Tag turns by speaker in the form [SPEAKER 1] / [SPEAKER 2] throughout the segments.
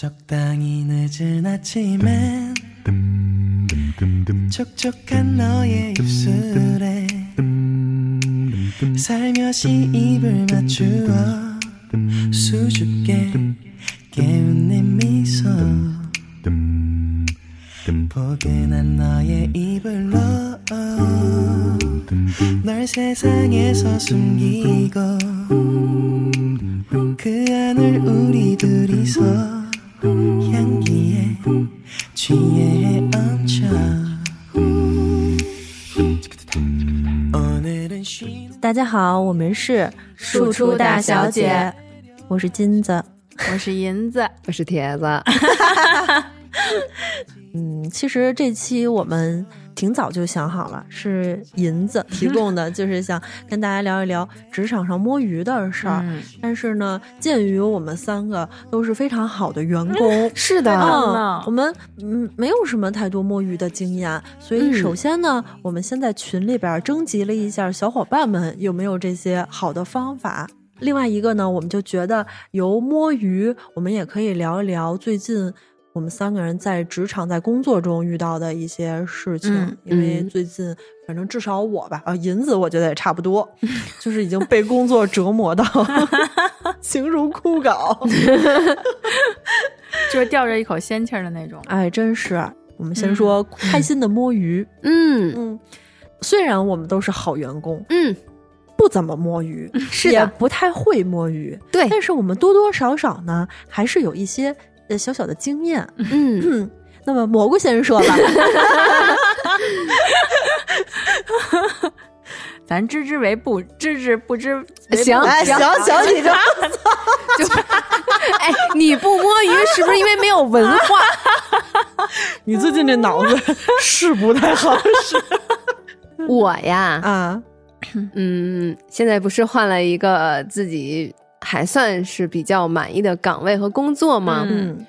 [SPEAKER 1] 적당히 늦은 아침엔 촉촉한 너의 입술에 음, 살며시 입을 맞추어 수줍게 깨운 내 미소 음. 포근한 너의 이불로 음, 널 세상에서 숨기고 그 안을 우리 둘이서 향기에 취해 얹혀 오늘은 쉬는
[SPEAKER 2] 大家好，我们是
[SPEAKER 3] 庶出大小姐，
[SPEAKER 2] 我是金子。
[SPEAKER 3] 我是银子，
[SPEAKER 4] 我是铁子，
[SPEAKER 2] 嗯，其实这期我们挺早就想好了，是银 子提供的，就是想跟大家聊一聊职场上摸鱼的事儿。
[SPEAKER 3] 嗯，
[SPEAKER 2] 但是呢，鉴于我们三个都是非常好的员工，
[SPEAKER 4] 是的，
[SPEAKER 3] 嗯呢
[SPEAKER 2] 我们嗯没有什么太多摸鱼的经验，所以
[SPEAKER 4] 嗯
[SPEAKER 2] 首先呢，我们先在群里边征集了一下小伙伴们有没有这些好的方法。另外一个呢，我们就觉得由摸鱼，我们也可以聊一聊最近我们三个人在职场、在工作中遇到的一些事情，
[SPEAKER 3] 嗯
[SPEAKER 2] 因为
[SPEAKER 4] 嗯
[SPEAKER 2] 最近反正至少我吧，啊，银子我觉得也差不 多，就是已经被工作折磨到 形如枯槁。
[SPEAKER 3] 就是吊着一口仙气儿的那种。
[SPEAKER 2] 哎，真是。我们先说开心的摸鱼。
[SPEAKER 4] 嗯
[SPEAKER 2] 嗯，虽然我们都是好员工，
[SPEAKER 4] 嗯，
[SPEAKER 2] 不怎么摸鱼，
[SPEAKER 4] 是
[SPEAKER 2] 也
[SPEAKER 4] 的，
[SPEAKER 2] 不太会摸鱼，
[SPEAKER 4] 对，
[SPEAKER 2] 但是我们多多少少呢，还是有一些呃小小的经验。
[SPEAKER 4] 嗯，
[SPEAKER 2] 嗯，那么蘑菇先说吧。
[SPEAKER 3] 咱知之为不知之不知为不
[SPEAKER 4] 呃行
[SPEAKER 2] 哎
[SPEAKER 4] 行
[SPEAKER 2] 行，你就
[SPEAKER 4] 哎，你不摸鱼是不是因为没有文化？
[SPEAKER 2] 你最近这脑 子是不太好使
[SPEAKER 4] 我呀，
[SPEAKER 2] 啊。
[SPEAKER 4] 嗯，现在不是换了一个自己还算是比较满意的岗位和工作吗？
[SPEAKER 2] 嗯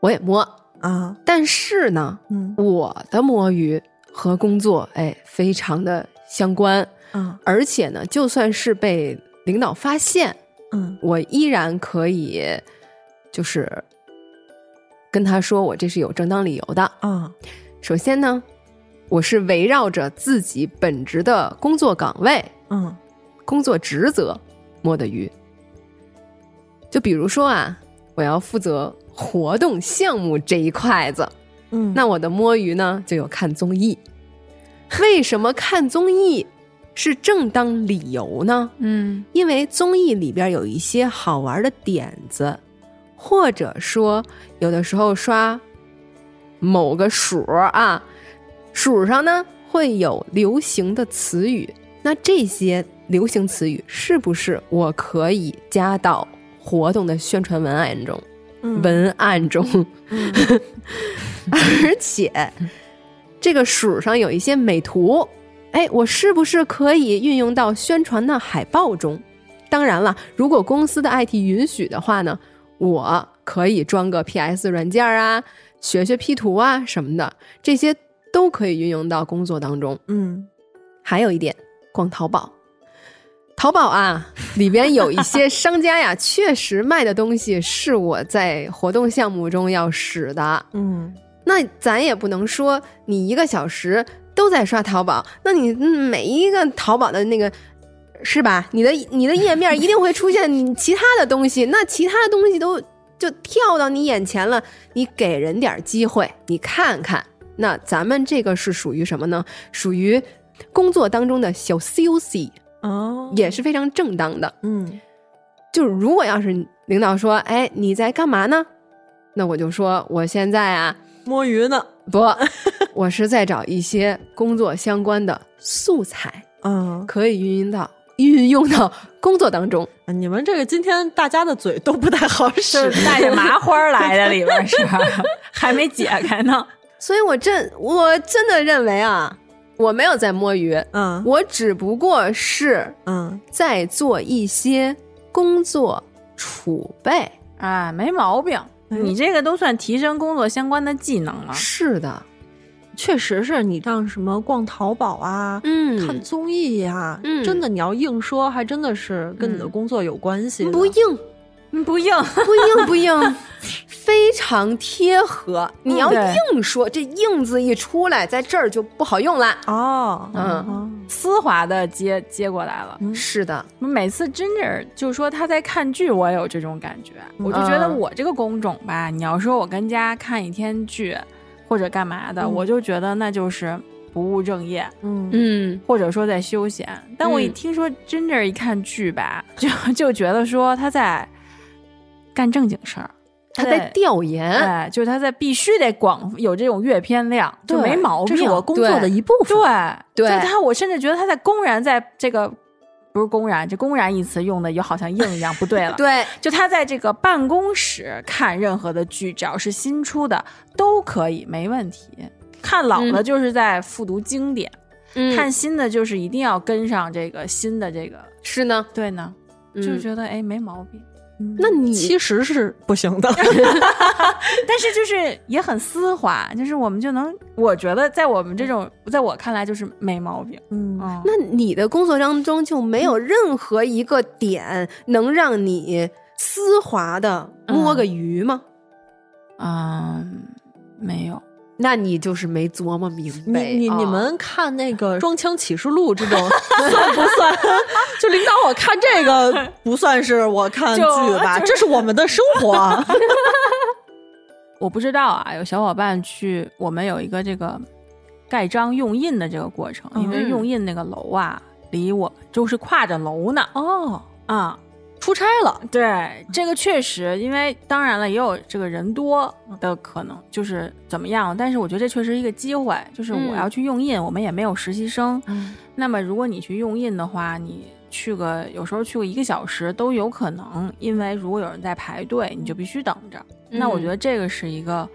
[SPEAKER 4] 我也摸，
[SPEAKER 2] 啊
[SPEAKER 4] 但是呢，
[SPEAKER 2] 嗯
[SPEAKER 4] 我的摸鱼和工作哎非常的相关，
[SPEAKER 2] 啊
[SPEAKER 4] 而且呢，就算是被领导发现，
[SPEAKER 2] 嗯
[SPEAKER 4] 我依然可以就是跟他说我这是有正当理由的。
[SPEAKER 2] 啊
[SPEAKER 4] 首先呢，我是围绕着自己本职的工作岗位、
[SPEAKER 2] 嗯
[SPEAKER 4] 工作职责摸的鱼。就比如说啊，我要负责活动项目这一块子，
[SPEAKER 2] 嗯，
[SPEAKER 4] 那我的摸鱼呢就有看综艺。为什么看综艺是正当理由呢？
[SPEAKER 3] 嗯
[SPEAKER 4] 因为综艺里边有一些好玩的点子，或者说有的时候刷某个数儿啊，数上呢会有流行的词语，那这些流行词语是不是我可以加到活动的宣传文案中？
[SPEAKER 2] 嗯
[SPEAKER 4] 文案中，
[SPEAKER 2] 嗯
[SPEAKER 4] 而且这个数上有一些美图，哎，我是不是可以运用到宣传的海报中？当然了，如果公司的 IT 允许的话呢，我可以装个 PS 软件啊，学学 P 图啊什么的，这些都可以运用到工作当中。
[SPEAKER 2] 嗯
[SPEAKER 4] 还有一点，逛淘宝。淘宝啊， 里边有一些商家呀，确实卖的东西是我在活动项目中要使的。
[SPEAKER 2] 嗯
[SPEAKER 4] 那咱也不能说你一个小时都在刷淘宝，那你嗯每一个淘宝的那个是吧？你的你的页面一定会出现你其他的东西，那其他的东西都就跳到你眼前了，你给人点儿机会，你看看。那咱们这个是属于什么呢？属于工作当中的小休息，
[SPEAKER 2] 哦
[SPEAKER 4] 也是非常正当的。
[SPEAKER 2] 嗯
[SPEAKER 4] 就是如果要是领导说，哎，你在干嘛呢？那我就说我现在啊，
[SPEAKER 2] 摸鱼呢。
[SPEAKER 4] 不， 我是在找一些工作相关的素材，
[SPEAKER 2] 嗯，
[SPEAKER 4] 可以运用到运用到工作当中。
[SPEAKER 2] 你们这个今天大家的嘴都不太好使
[SPEAKER 3] 是带着麻花儿来的，里边是 还没解开呢。
[SPEAKER 4] 所以我真我真的认为啊，我没有在摸鱼，
[SPEAKER 2] 嗯
[SPEAKER 4] 我只不过是
[SPEAKER 2] 嗯
[SPEAKER 4] 在做一些工作储备。
[SPEAKER 3] 啊，没毛病，你这个都算提升工作相关的技能了。
[SPEAKER 4] 是的，，
[SPEAKER 2] 确实是你像什么逛淘宝啊。看
[SPEAKER 4] 嗯，
[SPEAKER 2] 综艺呀、
[SPEAKER 4] 嗯
[SPEAKER 2] 真的，你要硬说，还真的是跟你的
[SPEAKER 3] 嗯
[SPEAKER 2] 工作有关系的。
[SPEAKER 4] 不硬
[SPEAKER 3] 嗯不硬，
[SPEAKER 4] 不硬不硬，非常贴合。你要
[SPEAKER 3] 对
[SPEAKER 4] 硬说，这“硬”字一出来，在这儿就不好用了。
[SPEAKER 2] 哦，
[SPEAKER 4] 嗯
[SPEAKER 2] 哦，
[SPEAKER 3] 丝滑的接接过来了。
[SPEAKER 4] 是的，
[SPEAKER 3] 每次 Ginger 就说他在看剧，我也有这种感觉。我就觉得我这个工种吧，你要说我跟家看一天剧或者干嘛的，
[SPEAKER 2] 嗯
[SPEAKER 3] 我就觉得那就是不务正业，
[SPEAKER 2] 嗯，
[SPEAKER 4] 嗯，
[SPEAKER 3] 或者说在休闲。但我一
[SPEAKER 4] 嗯
[SPEAKER 3] 听说 Ginger 一看剧吧，就就觉得说他在干正经事儿，
[SPEAKER 4] 他在调研，
[SPEAKER 3] 哎，就是他在必须得广有这种阅片量，就
[SPEAKER 2] 对
[SPEAKER 3] 没毛病。
[SPEAKER 2] 这是我工作
[SPEAKER 4] 对
[SPEAKER 2] 的一部分。
[SPEAKER 3] 对
[SPEAKER 4] 对
[SPEAKER 3] 就他，我甚至觉得他在公然在这个不是公然，这公然一词用的也好像硬一样，不对了。，
[SPEAKER 4] 对，
[SPEAKER 3] 就他在这个办公室看任何的剧，只要是新出的都可以，没问题。看老的
[SPEAKER 4] 嗯
[SPEAKER 3] 就是在复读经典，
[SPEAKER 4] 嗯
[SPEAKER 3] 看新的就是一定要跟上这个新的这个。
[SPEAKER 4] 是呢，
[SPEAKER 3] 对呢，就
[SPEAKER 4] 嗯，
[SPEAKER 3] 觉得哎没毛病，嗯
[SPEAKER 4] 那你
[SPEAKER 2] 其实是不行的，
[SPEAKER 3] 但是就是也很丝滑，就是我们就能，我觉得在我们这种，在我看来就是没毛病。
[SPEAKER 2] 嗯，
[SPEAKER 3] 嗯，
[SPEAKER 4] 那你的工作当中就没有任何一个点能让你丝滑的摸个鱼吗？
[SPEAKER 3] 嗯，没有。
[SPEAKER 4] 那你就是没琢磨明
[SPEAKER 2] 你
[SPEAKER 4] 白。
[SPEAKER 2] 你
[SPEAKER 4] 啊
[SPEAKER 2] 你们看那个《装腔启示录》这种算不算？ 就领导，我看这个不算是我看
[SPEAKER 3] 就
[SPEAKER 2] 剧吧，这是我们的生活。啊
[SPEAKER 3] 我不知道啊，有小伙伴去，我们有一个这个盖章用印的这个过程，
[SPEAKER 2] 嗯
[SPEAKER 3] 因为用印那个楼啊，离我就是跨着楼呢。
[SPEAKER 2] 哦，
[SPEAKER 3] 啊、
[SPEAKER 2] 出差了，
[SPEAKER 3] 对，这个确实，因为当然了，也有这个人多的可能，就是怎么样。但是我觉得这确实是一个机会，就是我
[SPEAKER 4] 嗯
[SPEAKER 3] 要去用印，我们也没有实习生，
[SPEAKER 2] 嗯
[SPEAKER 3] 那么如果你去用印的话，你去个有时候去个一个小时都有可能，因为如果有人在排队，你就必须等着。那我觉得这个是一个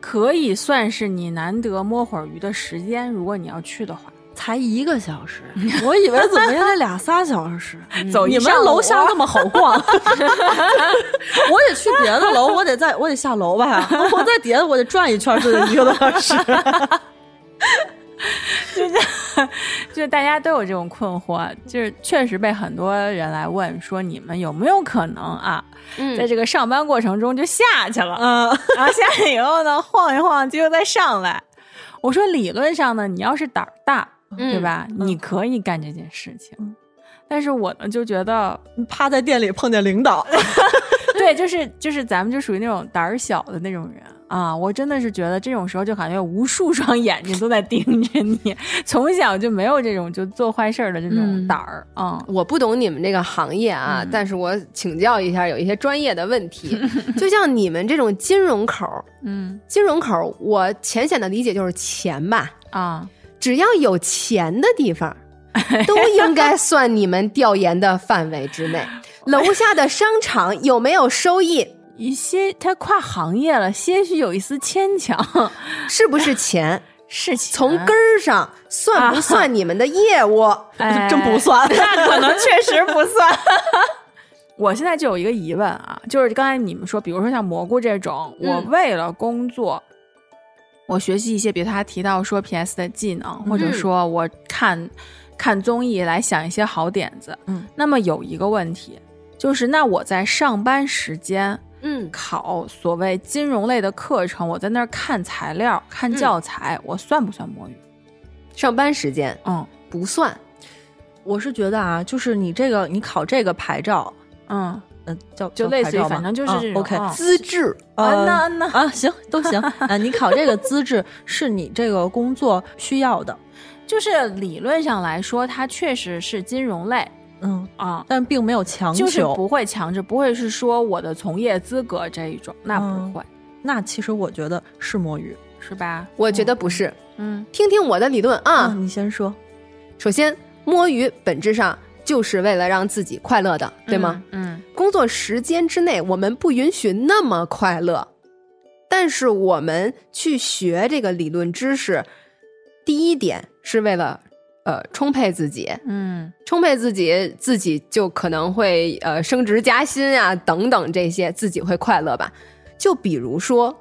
[SPEAKER 3] 可以算是你难得摸会儿鱼的时间，如果你要去的话。
[SPEAKER 2] 才一个小 时，嗯我以为怎么也得俩仨小时。
[SPEAKER 3] 走一
[SPEAKER 2] 你们
[SPEAKER 3] 上午啊
[SPEAKER 2] 楼下那么好 逛，我得去别的楼，我得在我得下楼 吧，我在别的我得转一圈就得一个多小时。
[SPEAKER 3] 就大家都有这种困惑，就是确实被很多人来问说，你们有没有可能啊，
[SPEAKER 4] 嗯
[SPEAKER 3] 在这个上班过程中就下去了？
[SPEAKER 2] 嗯，
[SPEAKER 3] 然后下去以后呢，晃一晃，结果再上来。我说理论上呢，你要是胆儿大，
[SPEAKER 4] 嗯
[SPEAKER 3] 对吧？你可以干这件事情。但是我呢，就觉 得，
[SPEAKER 2] 趴在店里碰见领导，
[SPEAKER 3] 对，就是就是咱们就属于那种胆儿小的那种人啊。我真的是觉得这种时候就感觉有无数双眼睛都在盯着你，从小就没有这种就做坏事儿的这种
[SPEAKER 4] 嗯
[SPEAKER 3] 胆儿啊。嗯
[SPEAKER 4] 我不懂你们这个行业啊，
[SPEAKER 3] 嗯
[SPEAKER 4] 但是我请教一下，有一些专业的问 题。就像你们这种金融口儿，
[SPEAKER 3] 嗯
[SPEAKER 4] 金融口儿，我浅显的理解就是钱吧，
[SPEAKER 3] 啊，
[SPEAKER 4] 只要有钱的 地方，都应该算你们调研的范围 之内。楼下的商场有没有收益，
[SPEAKER 3] 一些他跨行业了，些许有一丝牵强，
[SPEAKER 4] 是不 是钱，
[SPEAKER 3] 是钱
[SPEAKER 4] 从根儿上算不算你们的业务？
[SPEAKER 3] 哎
[SPEAKER 2] 真不算。
[SPEAKER 3] 那可能确实不算。 我现在就有一个疑问啊，就是刚才你们说，比如说像蘑菇这种，
[SPEAKER 4] 嗯
[SPEAKER 3] 我为了工作，我学习一些，比如他提到说 PS 的技能，或者说我看看综艺来想一些好点子。
[SPEAKER 2] 嗯，
[SPEAKER 3] 那么有一个问题就是，那我在上班时间
[SPEAKER 4] 嗯
[SPEAKER 3] 考所谓金融类的课程，我在那儿看材料、看
[SPEAKER 4] 嗯
[SPEAKER 3] 教材，我算不算摸鱼？
[SPEAKER 4] 上班时间
[SPEAKER 3] 嗯
[SPEAKER 4] 不算，
[SPEAKER 2] 我是觉得啊，就是你这个你考这个牌照，
[SPEAKER 3] 嗯，
[SPEAKER 2] 嗯、叫
[SPEAKER 3] 就
[SPEAKER 2] 叫
[SPEAKER 3] 类
[SPEAKER 2] 牌
[SPEAKER 3] 似于
[SPEAKER 2] 照
[SPEAKER 3] 反
[SPEAKER 2] 吗
[SPEAKER 3] 正就是
[SPEAKER 2] 啊
[SPEAKER 3] 这种
[SPEAKER 2] OK，
[SPEAKER 3] 嗯
[SPEAKER 4] 资质
[SPEAKER 3] 安呐
[SPEAKER 2] 呃
[SPEAKER 3] 安呐，
[SPEAKER 2] 啊，行都行啊。你考这个资质是你这个工作需要的，
[SPEAKER 3] 就是理论上来说，它确实是金融类
[SPEAKER 2] 嗯，
[SPEAKER 3] 啊，
[SPEAKER 2] 但并没有强求。
[SPEAKER 3] 就是不会强制，不会是说我的从业资格这一种，那
[SPEAKER 2] 嗯
[SPEAKER 3] 不会、
[SPEAKER 2] 那其实我觉得是摸鱼
[SPEAKER 3] 是吧？
[SPEAKER 4] 我觉得不是。
[SPEAKER 3] 嗯
[SPEAKER 4] 听听我的理论啊，
[SPEAKER 2] 嗯你先说，
[SPEAKER 4] 首先，摸鱼本质上就是为了让自己快乐的，对吗？？
[SPEAKER 3] 嗯
[SPEAKER 4] 工作时间之内，我们不允许那么快乐，但是我们去学这个理论知识，第一点是为了呃充沛自己，
[SPEAKER 3] 嗯
[SPEAKER 4] 充沛自己，自己就可能会呃升职加薪啊等等这些，自己会快乐吧。就比如说，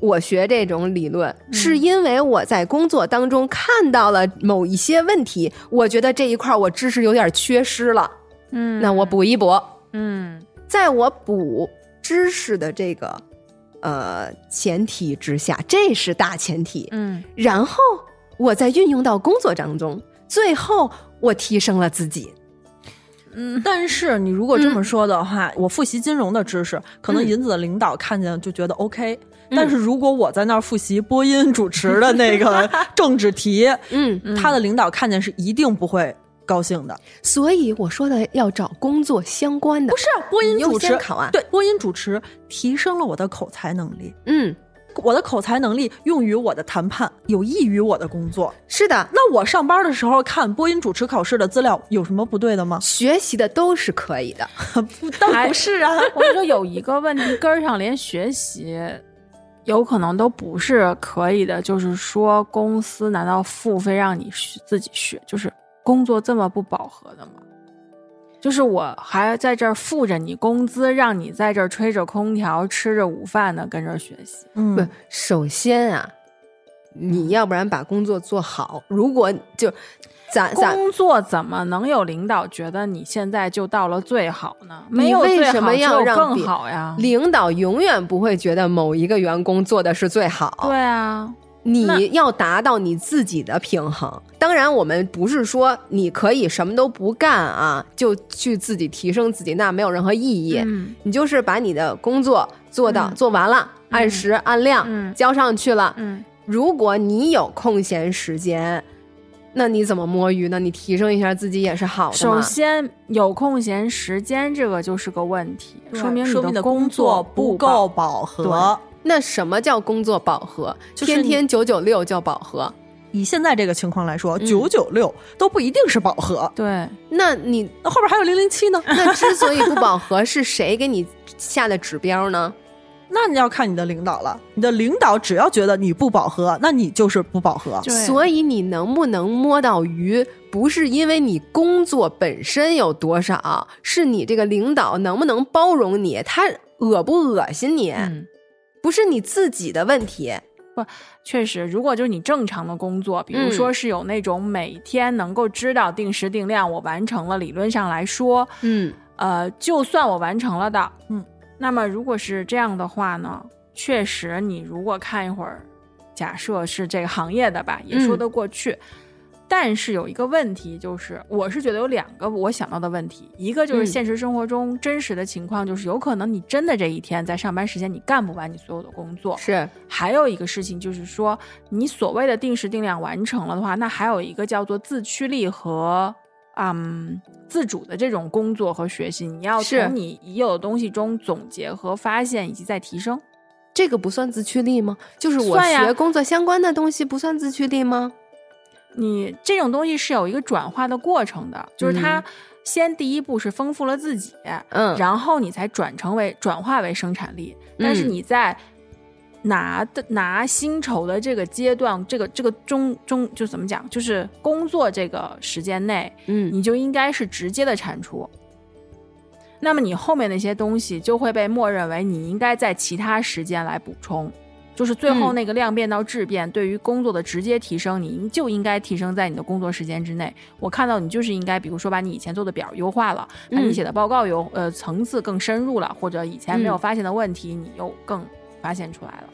[SPEAKER 4] 我学这种理论，是因为我在工作当中看到了某一些问题，我觉得这一块儿我知识有点缺失了，
[SPEAKER 3] 嗯
[SPEAKER 4] 那我补一补。
[SPEAKER 3] 嗯
[SPEAKER 4] 在我补知识的这个呃前提之下，这是大前提。
[SPEAKER 3] 嗯
[SPEAKER 4] 然后我再运用到工作当中，最后我提升了自己。
[SPEAKER 3] 嗯，
[SPEAKER 2] 但是你如果这么
[SPEAKER 4] 嗯
[SPEAKER 2] 说的话，我复习金融的知识，可能
[SPEAKER 4] 嗯
[SPEAKER 2] 银子的领导看见就觉得 OK、但是如果我在那儿复习播音主持的那 个政治题，
[SPEAKER 4] 嗯，
[SPEAKER 2] 他的领导看见是一定不会高兴的。
[SPEAKER 4] 所以我说的要找工作相关的，
[SPEAKER 2] 不是播音主
[SPEAKER 4] 优
[SPEAKER 2] 持
[SPEAKER 4] 先考啊
[SPEAKER 2] 对，播音主持提升了我的口才能力，
[SPEAKER 4] 嗯，
[SPEAKER 2] 我的口才能力用于我的谈判，有益于我的工作。
[SPEAKER 4] 是的，？
[SPEAKER 2] 那我上班的时候看播音主持考试的资料有什么不对的吗
[SPEAKER 4] 学习的都是可以的。
[SPEAKER 2] 不， 当不是啊。
[SPEAKER 3] 我跟你说有一个问题根儿上，连学习有可能都不是可以的，就是说公司难道付费让你学自己学，就是工作这么不饱和的吗？就是我还在这儿付着你工资，让你在这儿吹着空调、吃着午饭呢，跟这儿学习。
[SPEAKER 2] 嗯
[SPEAKER 4] 不，首先啊，你要不然把工作做好。如果就咱咱
[SPEAKER 3] 工作怎么能有领导觉得你现在就到了最好呢？没有
[SPEAKER 4] 为
[SPEAKER 3] 最
[SPEAKER 4] 什
[SPEAKER 3] 好，
[SPEAKER 4] 么
[SPEAKER 3] 只
[SPEAKER 4] 要
[SPEAKER 3] 有
[SPEAKER 4] 让
[SPEAKER 3] 更
[SPEAKER 4] 别
[SPEAKER 3] 好呀。
[SPEAKER 4] 领导永远不会觉得某一个员工做的是最好。
[SPEAKER 3] 对啊，那
[SPEAKER 4] 你要达到你自己的平衡。当然，我们不是说你可以什么都不干啊，就去自己提升自己，那没有任何意义。
[SPEAKER 3] 嗯
[SPEAKER 4] 你就是把你的工作做到、
[SPEAKER 3] 嗯
[SPEAKER 4] 做完了，按时按量、
[SPEAKER 3] 嗯
[SPEAKER 4] 交上去了。
[SPEAKER 3] 嗯，
[SPEAKER 4] 如果你有空闲时间，那你怎么摸鱼呢？你提升一下自己也是好的嘛
[SPEAKER 3] 首先有空闲时间这个就是个问题，说明
[SPEAKER 2] 说
[SPEAKER 3] 你
[SPEAKER 2] 明
[SPEAKER 3] 的
[SPEAKER 2] 工作
[SPEAKER 3] 不
[SPEAKER 2] 够
[SPEAKER 3] 饱。
[SPEAKER 2] 饱和
[SPEAKER 3] 对。
[SPEAKER 4] 那什么叫工作饱和？
[SPEAKER 2] 就是
[SPEAKER 4] 天
[SPEAKER 2] 你
[SPEAKER 4] 天九九六叫饱和。
[SPEAKER 2] 以现在这个情况来说，
[SPEAKER 3] 嗯
[SPEAKER 2] 九九六都不一定是饱和，
[SPEAKER 3] 对，
[SPEAKER 4] 那你。
[SPEAKER 2] 那后边还有零零七呢
[SPEAKER 4] 那之所以不饱和，是谁给你下的指标呢？
[SPEAKER 2] 那你要看你的领导了，你的领导只要觉得你不饱和，那你就是不饱和。
[SPEAKER 3] 就
[SPEAKER 4] 所以你能不能摸到鱼，不是因为你工作本身有多少，是你这个领导能不能包容你，他恶不恶心你，
[SPEAKER 3] 嗯，
[SPEAKER 4] 不是你自己的问题。
[SPEAKER 3] 确实，如果就是你正常的工作，比如
[SPEAKER 4] 嗯
[SPEAKER 3] 说是有那种每天能够知道定时定量我完成了，理论上来说，
[SPEAKER 4] 嗯，
[SPEAKER 3] 呃，就算我完成了的，
[SPEAKER 2] 嗯，
[SPEAKER 3] 那么如果是这样的话呢，确实，你如果看一会儿，假设是这个行业的吧，也
[SPEAKER 4] 嗯
[SPEAKER 3] 说得过去。但是有一个问题，就是我是觉得有两个我想到的问题，一个就是
[SPEAKER 4] 嗯
[SPEAKER 3] 现实生活中真实的情况，就是有可能你真的这一天在上班时间你干不完你所有的工作，
[SPEAKER 4] 是
[SPEAKER 3] 还有一个事情就是说，你所谓的定时定量完成了的话，那还有一个叫做自驱力和嗯自主的这种工作和学习，你要
[SPEAKER 4] 是
[SPEAKER 3] 从你已有的东西中总结和发现以及再提升。
[SPEAKER 4] 这个不算自驱力吗？就是我
[SPEAKER 3] 算呀
[SPEAKER 4] 学工作相关的东西不算自驱力吗？
[SPEAKER 3] 你这种东西是有一个转化的过程的，就是它
[SPEAKER 4] 嗯
[SPEAKER 3] 先第一步是丰富了自己，
[SPEAKER 4] 嗯，
[SPEAKER 3] 然后你才转成为转化为生产力。但是
[SPEAKER 4] 嗯
[SPEAKER 3] 你在拿的拿薪酬的这个阶段，这个这个中中就怎么讲，就是工作这个时间内，
[SPEAKER 4] 嗯
[SPEAKER 3] 你就应该是直接的产出。那么你后面那些东西就会被默认为你应该在其他时间来补充，就是最后
[SPEAKER 4] 嗯
[SPEAKER 3] 那个量变到质变，对于工作的直接提升，你就应该提升在你的工作时间之内。我看到你就是应该，比如说把你以前做的表优化了，把你
[SPEAKER 4] 嗯
[SPEAKER 3] 写的报告有呃层次更深入了，或者以前没有
[SPEAKER 4] 嗯
[SPEAKER 3] 发现的问题，你又更发现出来了。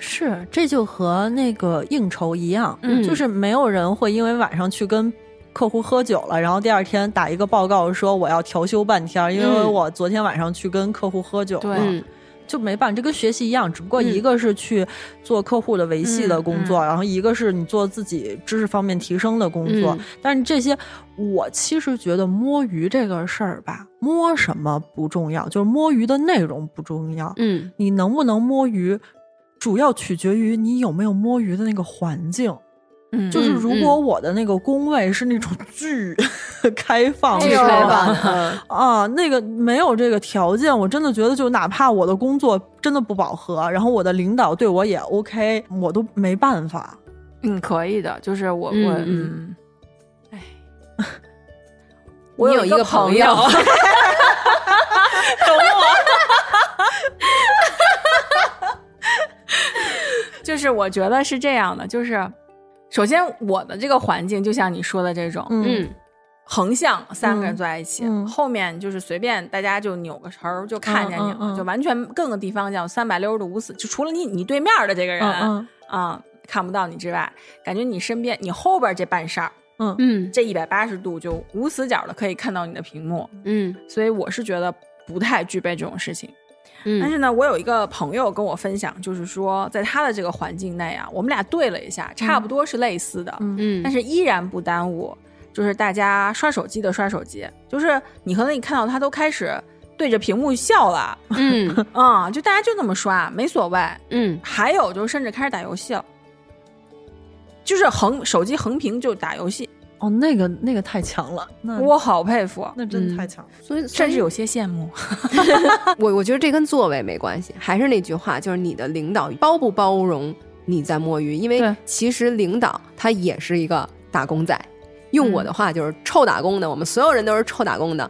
[SPEAKER 2] 是，这就和那个应酬一样，
[SPEAKER 3] 嗯
[SPEAKER 2] 就是没有人会因为晚上去跟客户喝酒了，然后第二天打一个报告说我要调休半天儿，因为
[SPEAKER 4] 嗯
[SPEAKER 2] 我昨天晚上去跟客户喝酒了，
[SPEAKER 3] 对
[SPEAKER 4] 嗯
[SPEAKER 2] 就没办。这跟学习一样，只不过
[SPEAKER 4] 嗯
[SPEAKER 2] 一个是去做客户的维系的工作，
[SPEAKER 3] 嗯
[SPEAKER 2] 然后一个是你做自己知识方面提升的工作。
[SPEAKER 4] 嗯
[SPEAKER 2] 但是这些，我其实觉得摸鱼这个事儿吧，摸什么不重要，就是摸鱼的内容不重要，
[SPEAKER 4] 嗯，
[SPEAKER 2] 你能不能摸鱼，主要取决于你有没有摸鱼的那个环境。
[SPEAKER 3] 嗯
[SPEAKER 2] 就是如果
[SPEAKER 4] 嗯
[SPEAKER 2] 我的那个工位是那种巨开放
[SPEAKER 3] 哎
[SPEAKER 2] 式
[SPEAKER 3] 呦
[SPEAKER 4] 开
[SPEAKER 2] 的。
[SPEAKER 4] 放的，
[SPEAKER 2] 啊，那个没有这个条件，我真的觉得，就哪怕我的工作真的不饱和，然后我的领导对我也 OK，我都没办法。
[SPEAKER 3] 嗯，可以的，就是我我
[SPEAKER 4] 嗯
[SPEAKER 3] 嗯，哎，
[SPEAKER 4] 你有一个朋友
[SPEAKER 3] 懂我。 就是我觉得是这样的，就是首先我的这个环境就像你说的这种，
[SPEAKER 2] 嗯
[SPEAKER 4] 嗯
[SPEAKER 3] 横向三个人坐在一起，
[SPEAKER 2] 嗯嗯
[SPEAKER 3] 后面就是随便大家就扭个头儿就看见你了，
[SPEAKER 2] 嗯嗯嗯
[SPEAKER 3] 就完全各个地方叫三百六十度无死，就除了你你对面的这个人啊、
[SPEAKER 2] 嗯
[SPEAKER 3] 看不到你之外，感觉你身边你后边这半扇儿
[SPEAKER 2] 嗯嗯
[SPEAKER 4] 嗯
[SPEAKER 3] 这一百八十度就无死角的可以看到你的屏幕，
[SPEAKER 4] 嗯
[SPEAKER 3] 所以我是觉得不太具备这种事情。但
[SPEAKER 4] 嗯
[SPEAKER 3] 是呢，我有一个朋友跟我分享，就是说在他的这个环境内啊，我们俩对了一下，差不多是类似的，
[SPEAKER 2] 嗯
[SPEAKER 4] 嗯，
[SPEAKER 3] 但
[SPEAKER 4] 是
[SPEAKER 3] 是依然不耽误，就是大家刷手机的刷手机，就是你可能你看到他都开始对着屏幕笑了，
[SPEAKER 4] 嗯
[SPEAKER 3] 嗯，就大家就那么刷，没所谓。
[SPEAKER 4] 嗯
[SPEAKER 3] 还有就是甚至开始打游戏了，就是横手机横屏就打游戏，
[SPEAKER 2] 哦，那个那个太强了，那
[SPEAKER 3] 我好佩服，啊
[SPEAKER 2] 那真
[SPEAKER 4] 嗯
[SPEAKER 2] 太强了。
[SPEAKER 4] 所以所
[SPEAKER 3] 嗯甚
[SPEAKER 4] 以
[SPEAKER 3] 至有些羡慕。
[SPEAKER 4] 我我觉得这跟座位没关系，还是那句话，就是你的领导包不包容你在摸鱼，因为
[SPEAKER 2] 对
[SPEAKER 4] 其实领导他也是一个打工仔，用我的话就是臭打工的，我们所有人都是臭打工的，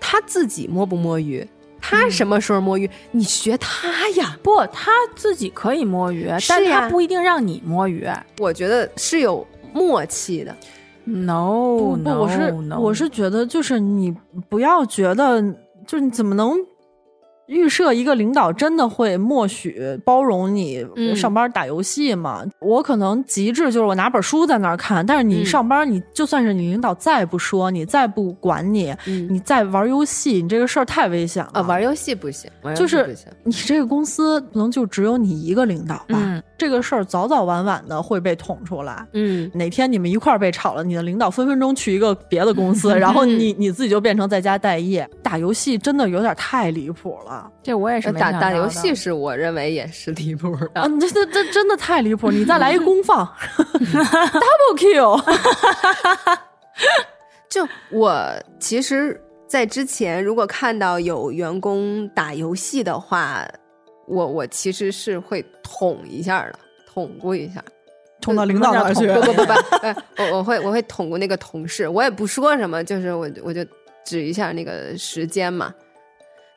[SPEAKER 4] 他自己摸不摸鱼，他什么时候摸鱼，你学他呀。
[SPEAKER 3] 不，他自己可以摸鱼，但
[SPEAKER 4] 是呀
[SPEAKER 3] 他不一定让你摸鱼。
[SPEAKER 4] 我觉得是有默契的，
[SPEAKER 3] No，
[SPEAKER 2] 不不，
[SPEAKER 3] no,
[SPEAKER 2] 我是
[SPEAKER 3] no
[SPEAKER 2] 我是觉得就是你不要觉得就是你怎么能。预设一个领导真的会默许包容你
[SPEAKER 4] 嗯
[SPEAKER 2] 上班打游戏吗？我可能极致就是我拿本书在那儿看，但是你
[SPEAKER 4] 嗯
[SPEAKER 2] 上班，你就算是你领导再不说，你再不管你，
[SPEAKER 4] 嗯
[SPEAKER 2] 你再玩游戏，你这个事儿太危险了。
[SPEAKER 4] 啊，玩游戏不行，玩游戏
[SPEAKER 2] 就是
[SPEAKER 4] 不行，
[SPEAKER 2] 你这个公司不能就只有你一个领导吧？
[SPEAKER 3] 嗯
[SPEAKER 2] 这个事儿早早晚晚的会被捅出来。
[SPEAKER 4] 嗯
[SPEAKER 2] 哪天你们一块儿被炒了，你的领导分分钟去一个别的公 司，然后你
[SPEAKER 4] 嗯
[SPEAKER 2] 你自己就变成在家待业。打游戏真的有点太离谱
[SPEAKER 4] 啊
[SPEAKER 2] 了
[SPEAKER 3] 这我也是没
[SPEAKER 4] 呃打
[SPEAKER 3] 想
[SPEAKER 4] 打
[SPEAKER 3] 到
[SPEAKER 4] 游
[SPEAKER 3] 的
[SPEAKER 4] 戏是我认为也是离谱的，
[SPEAKER 2] 啊！这这这真的太离谱！你再来一公 放，double kill，
[SPEAKER 4] 就我其实，在之前如果看到有员工打游戏的话，我我其实是会捅一下的，捅咕一下。
[SPEAKER 2] 冲到领导那儿去。
[SPEAKER 4] 不不不不， 哎我我会我会捅咕那个同事，我也不说什么，就是我我就指一下那个时间嘛。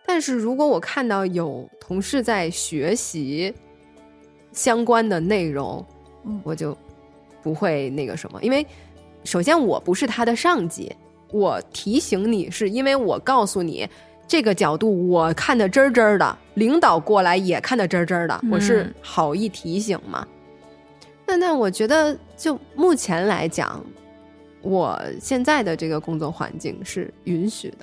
[SPEAKER 4] 但是如果我看到有同事在学习相关的内容，
[SPEAKER 2] 嗯
[SPEAKER 4] 我就不会那个什么，因为首先我不是他的上级，我提醒你是因为我告诉你。这个角度我看得真儿真儿的，领导过来也看得真儿真儿的，我是
[SPEAKER 3] 嗯
[SPEAKER 4] 好意提醒嘛。那那我觉得，就目前来讲，我现在的这个工作环境是允许的，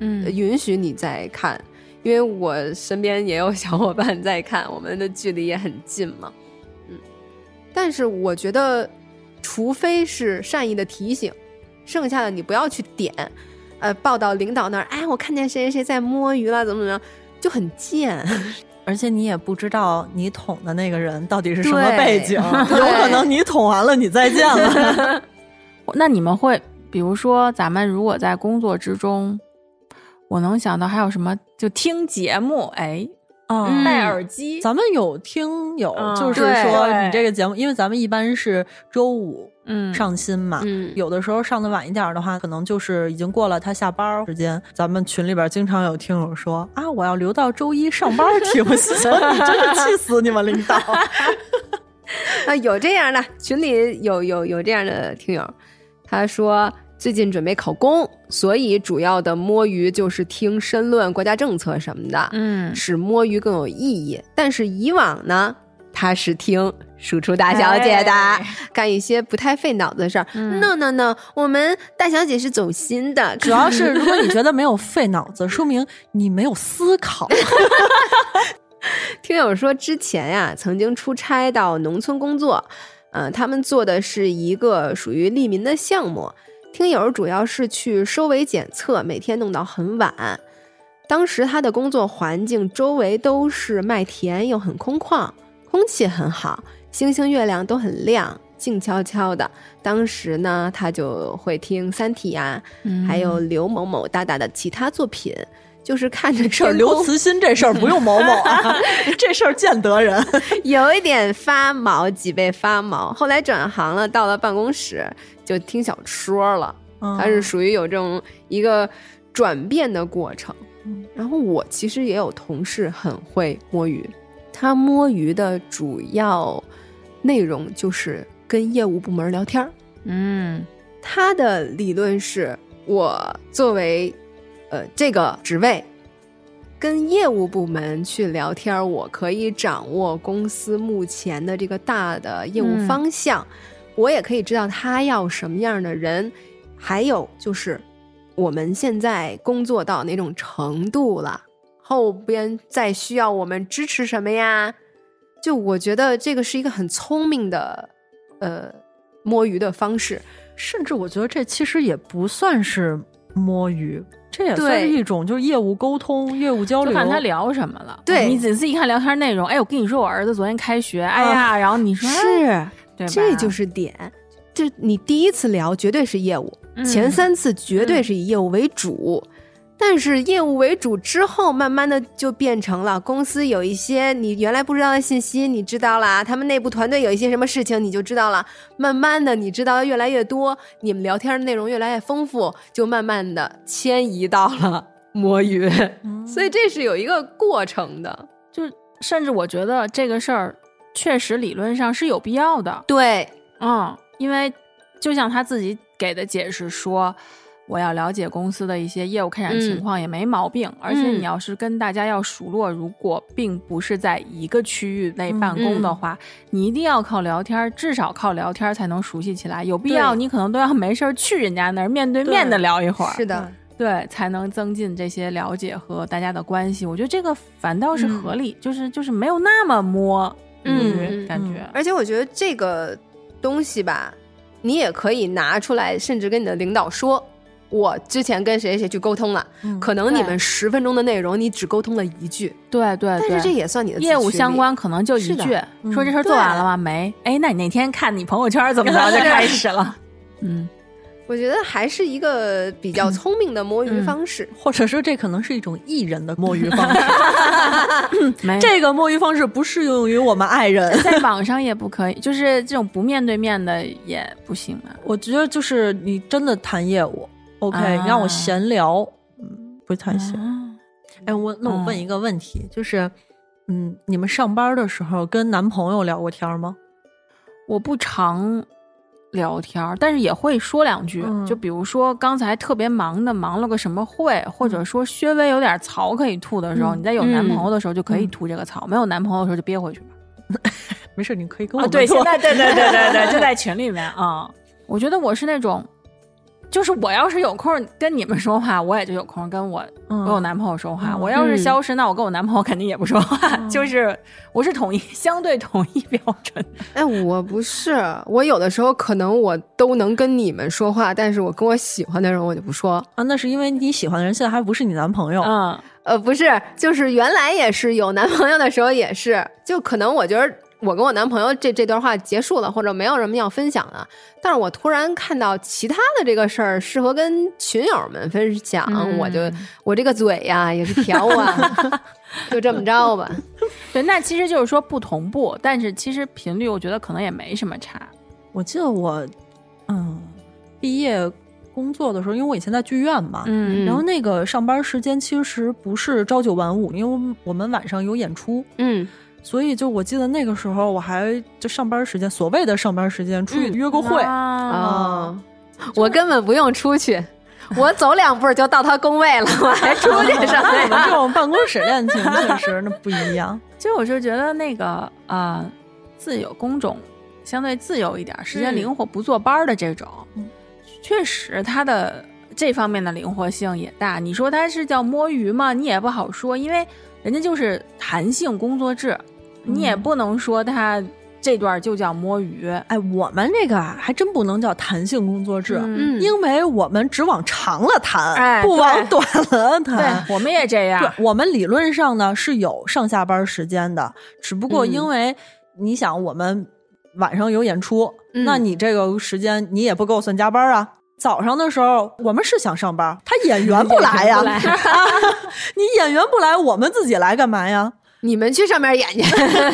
[SPEAKER 4] 呃
[SPEAKER 3] 嗯
[SPEAKER 4] 允许你在看，因为我身边也有小伙伴在看，我们的距离也很近嘛。嗯，但是我觉得，除非是善意的提醒，剩下的你不要去点，呃，报到领导那儿，哎，我看见谁谁谁在摸鱼了，怎么怎么样，就很贱。
[SPEAKER 2] 而且你也不知道你捅的那个人到底是什么
[SPEAKER 4] 对
[SPEAKER 2] 背景，
[SPEAKER 4] 对
[SPEAKER 2] 有可能你捅完了你再见了。
[SPEAKER 3] 那你们会，比如说咱们如果在工作之中，我能想到还有什么？就听节目，哎，
[SPEAKER 2] 嗯
[SPEAKER 3] 戴耳机，
[SPEAKER 2] 咱们有听友
[SPEAKER 3] 嗯
[SPEAKER 2] 就是
[SPEAKER 4] 对
[SPEAKER 2] 说
[SPEAKER 3] 对
[SPEAKER 2] 你这个节目，因为咱们一般是周五
[SPEAKER 3] 嗯，
[SPEAKER 2] 上新嘛，
[SPEAKER 4] 嗯
[SPEAKER 2] 有的时候上的晚一点儿的话，可能就是已经过了他下班儿时间。咱们群里边经常有听友说啊，我要留到周一上班儿听，我心想你真是气死你们领导。
[SPEAKER 4] 啊，有这样的群里有有有这样的听友，他说最近准备考公，所以主要的摸鱼就是听申论、国家政策什么的，
[SPEAKER 3] 嗯，
[SPEAKER 4] 使摸鱼更有意义。但是以往呢，他是听输出大小姐的，
[SPEAKER 3] 哎嗯
[SPEAKER 4] 干一些不太费脑子的事儿。no no no，我们大小姐是走心的，
[SPEAKER 2] 主要是如果你觉得没有费脑子，说明你没有思考。
[SPEAKER 4] 听友说，之前呀、曾经出差到农村工作，呃，他们做的是一个属于利民的项目。听友主要是去收尾检测，每天弄到很晚。当时他的工作环境周围都是麦田，又很空旷，空气很好，星星月亮都很亮，静悄悄的。当时呢，他就会听《三体》啊，还有刘某某大大的其他作品，就是看着这
[SPEAKER 2] 这刘慈欣这事儿不用某某啊，这事儿见得人。
[SPEAKER 4] 有一点发毛，脊背发毛。后来转行了，到了办公室就听小说了。
[SPEAKER 2] 哦
[SPEAKER 4] 它是属于有这种一个转变的过程
[SPEAKER 2] 嗯。
[SPEAKER 4] 然后我其实也有同事很会摸鱼，他摸鱼的主要内容就是跟业务部门聊天儿。
[SPEAKER 3] 嗯，
[SPEAKER 4] 他的理论是我作为呃这个职位，跟业务部门去聊天儿，我可以掌握公司目前的这个大的业务
[SPEAKER 3] 嗯
[SPEAKER 4] 方向，我也可以知道他要什么样的人，还有就是我们现在工作到哪种程度了，后边再需要我们支持什么呀？就我觉得这个是一个很聪明的呃摸鱼的方式。
[SPEAKER 2] 甚至我觉得这其实也不算是摸鱼，这也算
[SPEAKER 4] 对
[SPEAKER 2] 是一种就是业务沟通、业务交
[SPEAKER 3] 就
[SPEAKER 2] 流。
[SPEAKER 3] 看他聊什么了。
[SPEAKER 4] 对
[SPEAKER 3] 你仔细一看聊天内容，哎，我跟你说，我儿子昨天开学，哎呀，然后你说，哎对吧
[SPEAKER 4] 啊这就是点。这你第一次聊绝对是业务，前三次绝对是以业务为主。但是业务为主之后，慢慢的就变成了公司有一些你原来不知道的信息，你知道啦；他们内部团队有一些什么事情，你就知道了。慢慢的，你知道的越来越多，你们聊天的内容越来越丰富，就慢慢的迁移到了摸鱼。
[SPEAKER 2] 嗯
[SPEAKER 4] 所以这是有一个过程的。
[SPEAKER 3] 就是，甚至我觉得这个事儿确实理论上是有必要的，
[SPEAKER 4] 对，
[SPEAKER 3] 嗯，因为就像他自己给的解释说，我要了解公司的一些业务开展情
[SPEAKER 4] 嗯
[SPEAKER 3] 况也没毛病，而且你要是跟大家要熟络，如果并不是在一个区域内
[SPEAKER 4] 嗯
[SPEAKER 3] 办公的话，你一定要靠聊天儿，至少靠聊天儿才能熟悉起来。有必要，
[SPEAKER 4] 对
[SPEAKER 3] 你可能都要没事儿去人家那儿面对面的聊一会儿，
[SPEAKER 4] 是的，
[SPEAKER 3] 对，才能增进这些了解和大家的关系。我觉得这个反倒是合理，就是就是没有那么摸鱼，
[SPEAKER 4] 嗯嗯嗯
[SPEAKER 3] 感觉。
[SPEAKER 4] 而且我觉得这个东西吧，你也可以拿出来，甚至跟你的领导说，我之前跟谁谁去沟通了，
[SPEAKER 2] 嗯
[SPEAKER 4] 可能你
[SPEAKER 3] 对
[SPEAKER 4] 们十分钟的内容你只沟通了一句，呃
[SPEAKER 3] 对对对，
[SPEAKER 4] 但是这也算你的自
[SPEAKER 3] 业务
[SPEAKER 4] 驱
[SPEAKER 3] 相
[SPEAKER 4] 力。
[SPEAKER 3] 关可能就一
[SPEAKER 4] 是的
[SPEAKER 3] 句
[SPEAKER 2] 嗯
[SPEAKER 3] 说这事儿做完了吗？没。哎，那你那天看你朋友圈怎么着就开始了？嗯，
[SPEAKER 4] 我觉得还是一个比较聪明的摸鱼方 式。
[SPEAKER 2] 或者说这可能是一种艺人的摸鱼方式，
[SPEAKER 3] 没。
[SPEAKER 2] 这个摸鱼方式不适用于我们爱人。
[SPEAKER 3] 在网上也不可以，就是这种不面对面的也不行啊。
[SPEAKER 2] 我觉得就是你真的谈业务，OK，、
[SPEAKER 3] 啊
[SPEAKER 2] 你让我闲聊，嗯，不太行。
[SPEAKER 3] 嗯
[SPEAKER 2] 哎，我那我问一个问题，就是，嗯，你们上班的时候跟男朋友聊过天吗？
[SPEAKER 3] 我不常聊天儿，但是也会说两句。
[SPEAKER 2] 嗯
[SPEAKER 3] 就比如说刚才特别忙的，忙了个什么会，或者说稍微有点槽可以吐的时候，
[SPEAKER 2] 嗯
[SPEAKER 3] 你在有男朋友的时候就可以
[SPEAKER 2] 嗯
[SPEAKER 3] 吐这个槽，没有男朋友的时候就憋回去吧。
[SPEAKER 2] 没事，你可以跟
[SPEAKER 3] 啊，
[SPEAKER 2] 我
[SPEAKER 3] 对，
[SPEAKER 2] 说
[SPEAKER 3] 现在对对对对对，就 在群里面啊、我觉得我是那种，就是我要是有空跟你们说话，我也就有空跟我
[SPEAKER 2] 嗯
[SPEAKER 3] 跟我男朋友说话。
[SPEAKER 2] 嗯
[SPEAKER 3] 我要是消失，那我跟我男朋友肯定也不说话。就是我是统一相对统一标准的。
[SPEAKER 4] 哎，我不是，我有的时候可能我都能跟你们说话，但是我跟我喜欢的人我就不说。
[SPEAKER 2] 啊，那是因为你喜欢的人现在还不是你男朋友，
[SPEAKER 3] 嗯，
[SPEAKER 4] 呃，不是，就是原来也是有男朋友的时候也是，就可能我觉得我跟我男朋友这这段话结束了，或者没有什么要分享了，但是我突然看到其他的这个事儿适合跟群友们分享，
[SPEAKER 3] 嗯
[SPEAKER 4] 我就我这个嘴呀也是瓢啊，就这么着吧。
[SPEAKER 3] 对，那其实就是说不同步，但是其实频率我觉得可能也没什么差。
[SPEAKER 2] 我记得我，嗯，毕业工作的时候，因为我以前在剧院嘛，
[SPEAKER 3] 嗯
[SPEAKER 2] 然后那个上班时间其实不是朝九晚五，因为我们我们晚上有演出，
[SPEAKER 4] 嗯，
[SPEAKER 2] 所以就我记得那个时候我还就上班时间，所谓的上班时间出去约个会，
[SPEAKER 3] 啊
[SPEAKER 4] 哦，我根本不用出去，我走两步就到他工位了，我还出 去上
[SPEAKER 2] 我们这
[SPEAKER 4] 班。
[SPEAKER 2] 种办公室恋情确实那不一样。
[SPEAKER 3] 其实我就觉得那个呃，自由工种相对自由一点，时间
[SPEAKER 4] 嗯
[SPEAKER 3] 灵活，不坐班儿的这种，
[SPEAKER 2] 嗯
[SPEAKER 3] 确实它的这方面的灵活性也大。你说它是叫摸鱼吗？你也不好说，因为人家就是弹性工作制，你也
[SPEAKER 2] 嗯
[SPEAKER 3] 不能说它这段就叫摸鱼。
[SPEAKER 2] 哎，我们这个啊，还真不能叫弹性工作制，
[SPEAKER 3] 嗯，
[SPEAKER 4] 嗯，
[SPEAKER 2] 因为我们只往长了谈，
[SPEAKER 3] 哎
[SPEAKER 2] 不往
[SPEAKER 3] 对
[SPEAKER 2] 短了
[SPEAKER 3] 对
[SPEAKER 2] 谈。，
[SPEAKER 3] 我们也这样。
[SPEAKER 2] 嗯对，我们理论上呢是有上下班时间的，只不过因为你想，我们晚上有演出，
[SPEAKER 4] 嗯
[SPEAKER 2] 那你这个时间你也不给我算加班啊。早上的时候，我们是想上班，他演员不来呀、
[SPEAKER 3] 演员不
[SPEAKER 2] 啊 你演员不来，我们自己来干嘛呀？
[SPEAKER 4] 你们去上面演去。
[SPEAKER 5] 爱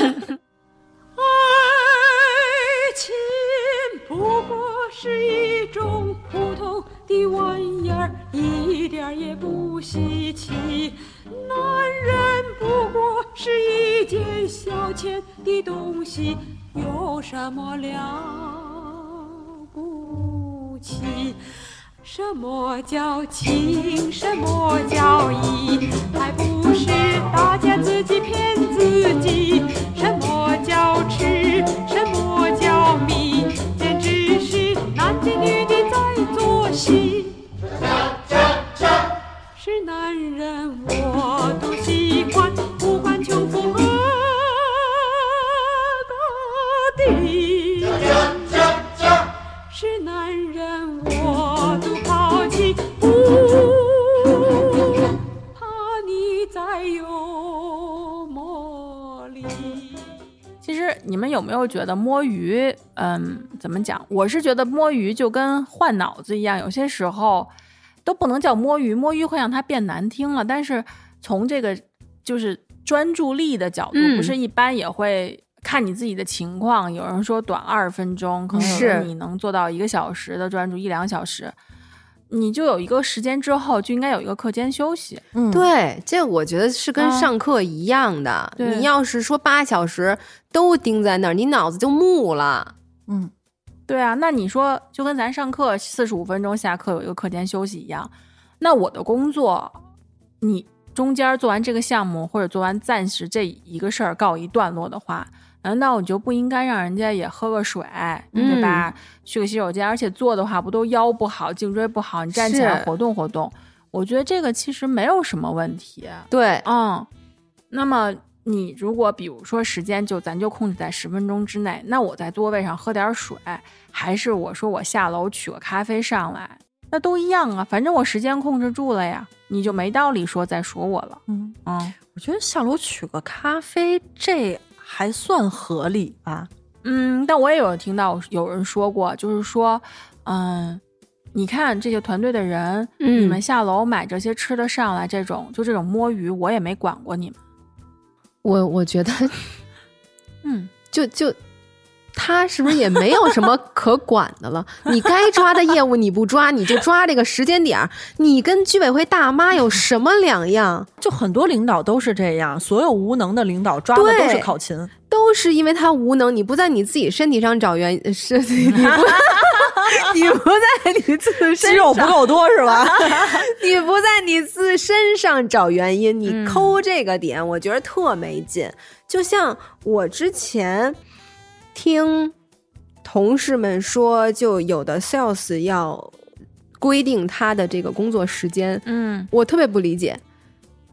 [SPEAKER 5] 情不过是一种普通的玩意儿，一点儿也不稀奇。男人不过是一件消遣的东西，有什么了不不起。什么叫情？什么叫义？还不是大家自己骗自己。什么叫痴？什么叫迷？简直是男的女的在做戏。是男人我都喜欢，不管穷富和高低。是男人我都抛弃，不怕你再有魔力。
[SPEAKER 3] 其实你们有没有觉得摸鱼，嗯，怎么讲？我是觉得摸鱼就跟换脑子一样，有些时候都不能叫摸鱼，摸鱼会让它变难听了。但是从这个就是专注力的角度，
[SPEAKER 4] 嗯
[SPEAKER 3] 不是一般也会看你自己的情况。有人说短二十分钟，可能有
[SPEAKER 4] 是
[SPEAKER 3] 人你能做到一个小时的专注，一两小时，你就有一个时间之后就应该有一个课间休息。
[SPEAKER 2] 嗯，
[SPEAKER 4] 对，这我觉得是跟
[SPEAKER 3] 啊
[SPEAKER 4] 上课一样的。
[SPEAKER 3] 对
[SPEAKER 4] 你要是说八小时都盯在那儿，你脑子就木了。
[SPEAKER 2] 嗯，
[SPEAKER 3] 对啊，那你说就跟咱上课四十五分钟下课有一个课间休息一样，那我的工作，你中间做完这个项目或者做完暂时这一个事儿告一段落的话，难道我就不应该让人家也喝个水，对吧？去个洗手间，而且坐的话不都腰不好、颈椎不好，你站起来
[SPEAKER 4] 是
[SPEAKER 3] 活动活动，我觉得这个其实没有什么问题。
[SPEAKER 4] 对，
[SPEAKER 3] 嗯，那么你如果比如说时间就咱就控制在十分钟之内，那我在座位上喝点水，还是我说我下楼取个咖啡上来，那都一样啊，反正我时间控制住了呀，你就没道理说再说我了。
[SPEAKER 2] 嗯，
[SPEAKER 3] 嗯
[SPEAKER 2] 我觉得下楼取个咖啡这还算合理吧。
[SPEAKER 3] 嗯，但我也有听到有人说过，就是说，嗯。你看这些团队的人，
[SPEAKER 4] 嗯
[SPEAKER 3] 你们下楼买这些吃的上来，这种就这种摸鱼，我也没管过你们。
[SPEAKER 4] 我我 觉得
[SPEAKER 3] 嗯，
[SPEAKER 4] 就就他是不是也没有什么可管的 了？你该抓的业务你不抓，你就抓这个时间点儿，你跟居委会大妈有什么两样？
[SPEAKER 2] 就很多领导都是这样，所有无能的领导抓的都是
[SPEAKER 4] 对
[SPEAKER 2] 考勤。
[SPEAKER 4] 都是因为他无能，你不在你自己身体上找原是，你不你 不在你自身
[SPEAKER 2] 肌肉不够多是吧？
[SPEAKER 4] 你不在你自身上找原因，你
[SPEAKER 3] 嗯
[SPEAKER 4] 抠这个点，我觉得特没劲。就像我之前听同事们说，就有的 sales 要规定他的这个工作时间，
[SPEAKER 3] 嗯
[SPEAKER 4] 我特别不理解。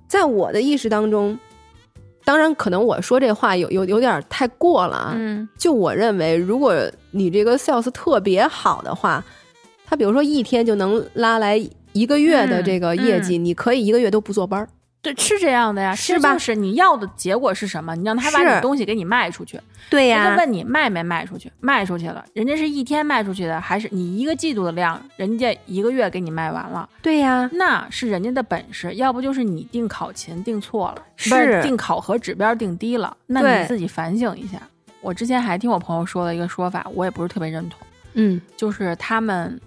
[SPEAKER 4] 在我的意识当中，当然可能我说这话有有有点太过了啊。
[SPEAKER 3] 嗯
[SPEAKER 4] 就我认为，如果你这个 sales 特别好的话，他比如说一天就能拉来一个月的这个业绩，你可以一个月都不坐班儿。
[SPEAKER 3] 对，是这样的呀，
[SPEAKER 4] 是
[SPEAKER 3] 其实
[SPEAKER 4] 吧
[SPEAKER 3] 就是你要的结果是什么？你让他把
[SPEAKER 4] 是
[SPEAKER 3] 你东西给你卖出去，
[SPEAKER 4] 对
[SPEAKER 3] 人家问你卖没卖出去，卖出去了，人家是一天卖出去的，还是你一个季度的量，人家一个月给你卖完了，
[SPEAKER 4] 对呀，
[SPEAKER 3] 那是人家的本事，要不就是你定考勤定错了，
[SPEAKER 4] 是
[SPEAKER 3] 不是定考核指标定低了，那
[SPEAKER 4] 对
[SPEAKER 3] 你自己反省一下。我之前还听我朋友说了一个说法，我也不是特别认同。
[SPEAKER 4] 嗯，
[SPEAKER 3] 就是他们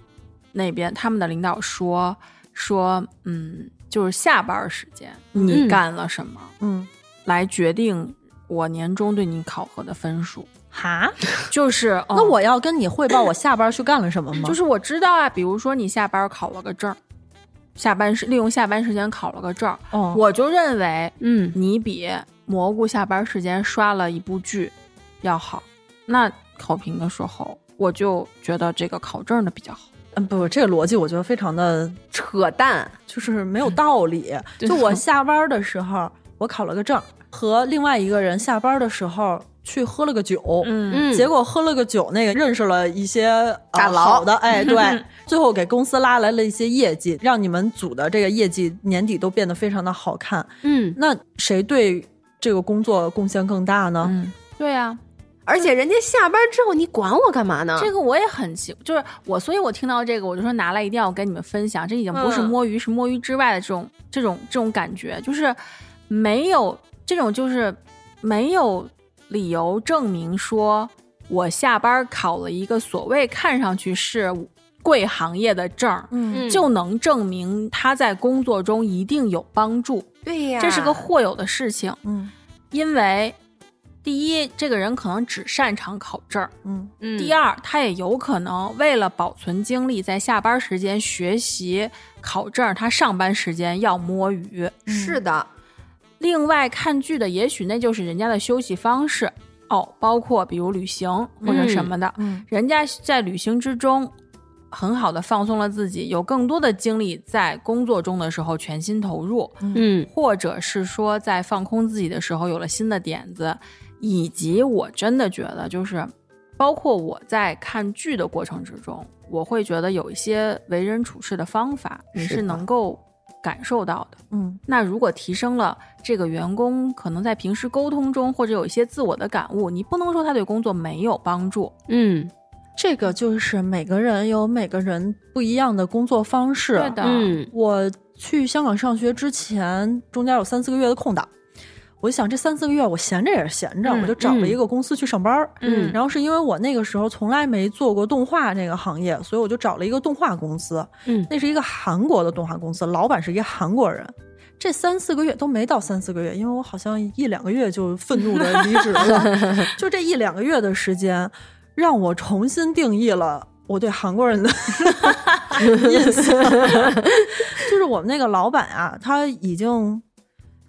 [SPEAKER 3] 那边他们的领导说说，嗯，就是下班儿时间你
[SPEAKER 4] 嗯
[SPEAKER 3] 干了什么，
[SPEAKER 2] 嗯，
[SPEAKER 3] 来决定我年终对你考核的分数。
[SPEAKER 2] 哈，
[SPEAKER 3] 就是、嗯
[SPEAKER 2] 那我要跟你汇报我下班去干了什么吗？
[SPEAKER 3] 就是我知道啊，比如说你下班儿考了个证儿，下班时利用下班时间考了个证儿，
[SPEAKER 2] 哦，
[SPEAKER 3] 我就认为
[SPEAKER 4] 嗯，
[SPEAKER 3] 你比蘑菇下班时间刷了一部剧要好。那考评的时候，我就觉得这个考证儿的比较好。
[SPEAKER 2] 嗯，不，这个逻辑我觉得非常的
[SPEAKER 4] 扯淡。
[SPEAKER 2] 就是没有道理。
[SPEAKER 3] 对
[SPEAKER 2] 就我下班的时候，我考了个证，和另外一个人下班的时候去喝了个酒，
[SPEAKER 3] 嗯
[SPEAKER 4] 嗯
[SPEAKER 2] 结果喝了个酒，那个认识了一些呃
[SPEAKER 4] 大佬
[SPEAKER 2] 好的， 哎，对，最后给公司拉来了一些业绩，让你们组的这个业绩年底都变得非常的好看。
[SPEAKER 4] 嗯，
[SPEAKER 2] 那谁对这个工作贡献更大呢？
[SPEAKER 3] 嗯，对呀、
[SPEAKER 4] 而且人家下班之后，你管我干嘛呢？
[SPEAKER 3] 这个我也很奇，就是我，所以我听到这个，我就说拿来一定要跟你们分享。这已经不是
[SPEAKER 4] 嗯
[SPEAKER 3] 摸鱼，是摸鱼之外的这种这种这种感觉，就是没有这种就是没有理由证明说我下班考了一个所谓看上去是贵行业的证儿。
[SPEAKER 2] 嗯
[SPEAKER 4] 嗯
[SPEAKER 3] 就能证明他在工作中一定有帮助，
[SPEAKER 4] 对呀，啊
[SPEAKER 3] 这是个或有的事情。
[SPEAKER 2] 嗯
[SPEAKER 3] 因为第一，这个人可能只擅长考证儿；
[SPEAKER 2] 嗯
[SPEAKER 4] 嗯
[SPEAKER 3] 第二，他也有可能为了保存精力，在下班时间学习考证儿，他上班时间要摸鱼。
[SPEAKER 4] 是的，
[SPEAKER 3] 另外，看剧的也许那就是人家的休息方式哦，包括比如旅行或者什么的，
[SPEAKER 2] 嗯
[SPEAKER 3] 人家在旅行之中很好的放松了自己，有更多的精力在工作中的时候全心投入，
[SPEAKER 4] 嗯
[SPEAKER 3] 或者是说在放空自己的时候有了新的点子，以及我真的觉得就是，包括我在看剧的过程之中，我会觉得有一些为人处事的方法，你
[SPEAKER 4] 是
[SPEAKER 3] 是
[SPEAKER 4] 的
[SPEAKER 3] 能够感受到的。
[SPEAKER 2] 嗯
[SPEAKER 3] 那如果提升了这个员工，可能在平时沟通中或者有一些自我的感悟，你不能说他对工作没有帮助。
[SPEAKER 4] 嗯
[SPEAKER 2] 这个就是每个人有每个人不一样的工作方式。
[SPEAKER 3] 对的
[SPEAKER 4] 嗯
[SPEAKER 2] 我去香港上学之前，中间有三四个月的空档，我就想这三四个月我闲着也是闲着，
[SPEAKER 3] 嗯
[SPEAKER 2] 我就找了
[SPEAKER 4] 嗯
[SPEAKER 2] 一个公司去上班儿。
[SPEAKER 4] 嗯
[SPEAKER 2] 然后是因为我那个时候从来没做过动画这个行业，所以我就找了一个动画公司。
[SPEAKER 4] 嗯
[SPEAKER 2] 那是一个韩国的动画公司，老板是一个韩国人。这三四个月都没到三四个月，因为我好像一两个月就愤怒的离职了。就这一两个月的时间，让我重新定义了我对韩国人的印象。就是我们那个老板啊，他已经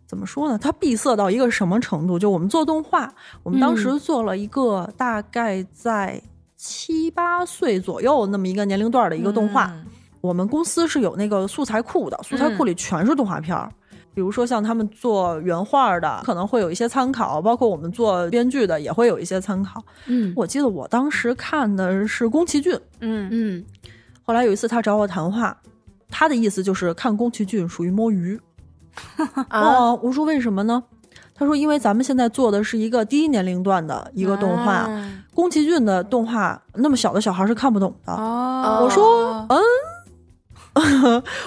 [SPEAKER 2] 怎么说呢？他闭塞到一个什么程度？就我们做动画，我们当时做了一个大概在七八岁左右那么一个年龄段的一个动画。
[SPEAKER 3] 嗯
[SPEAKER 2] 我们公司是有那个素材库的，素材库里全是动画片儿。比如说像他们做原画的，可能会有一些参考，包括我们做编剧的也会有一些参考。
[SPEAKER 4] 嗯
[SPEAKER 2] 我记得我当时看的是宫崎骏，
[SPEAKER 3] 嗯，
[SPEAKER 4] 嗯
[SPEAKER 2] 后来有一次他找我谈话，他的意思就是看宫崎骏属于摸鱼。
[SPEAKER 4] 啊
[SPEAKER 2] 哦，我说为什么呢？他说因为咱们现在做的是一个低年龄段的一
[SPEAKER 3] 一
[SPEAKER 2] 个动画，
[SPEAKER 3] 啊嗯
[SPEAKER 2] 宫崎骏的动画那么小的小孩是看不懂的。
[SPEAKER 3] 哦，
[SPEAKER 4] 我
[SPEAKER 2] 说呃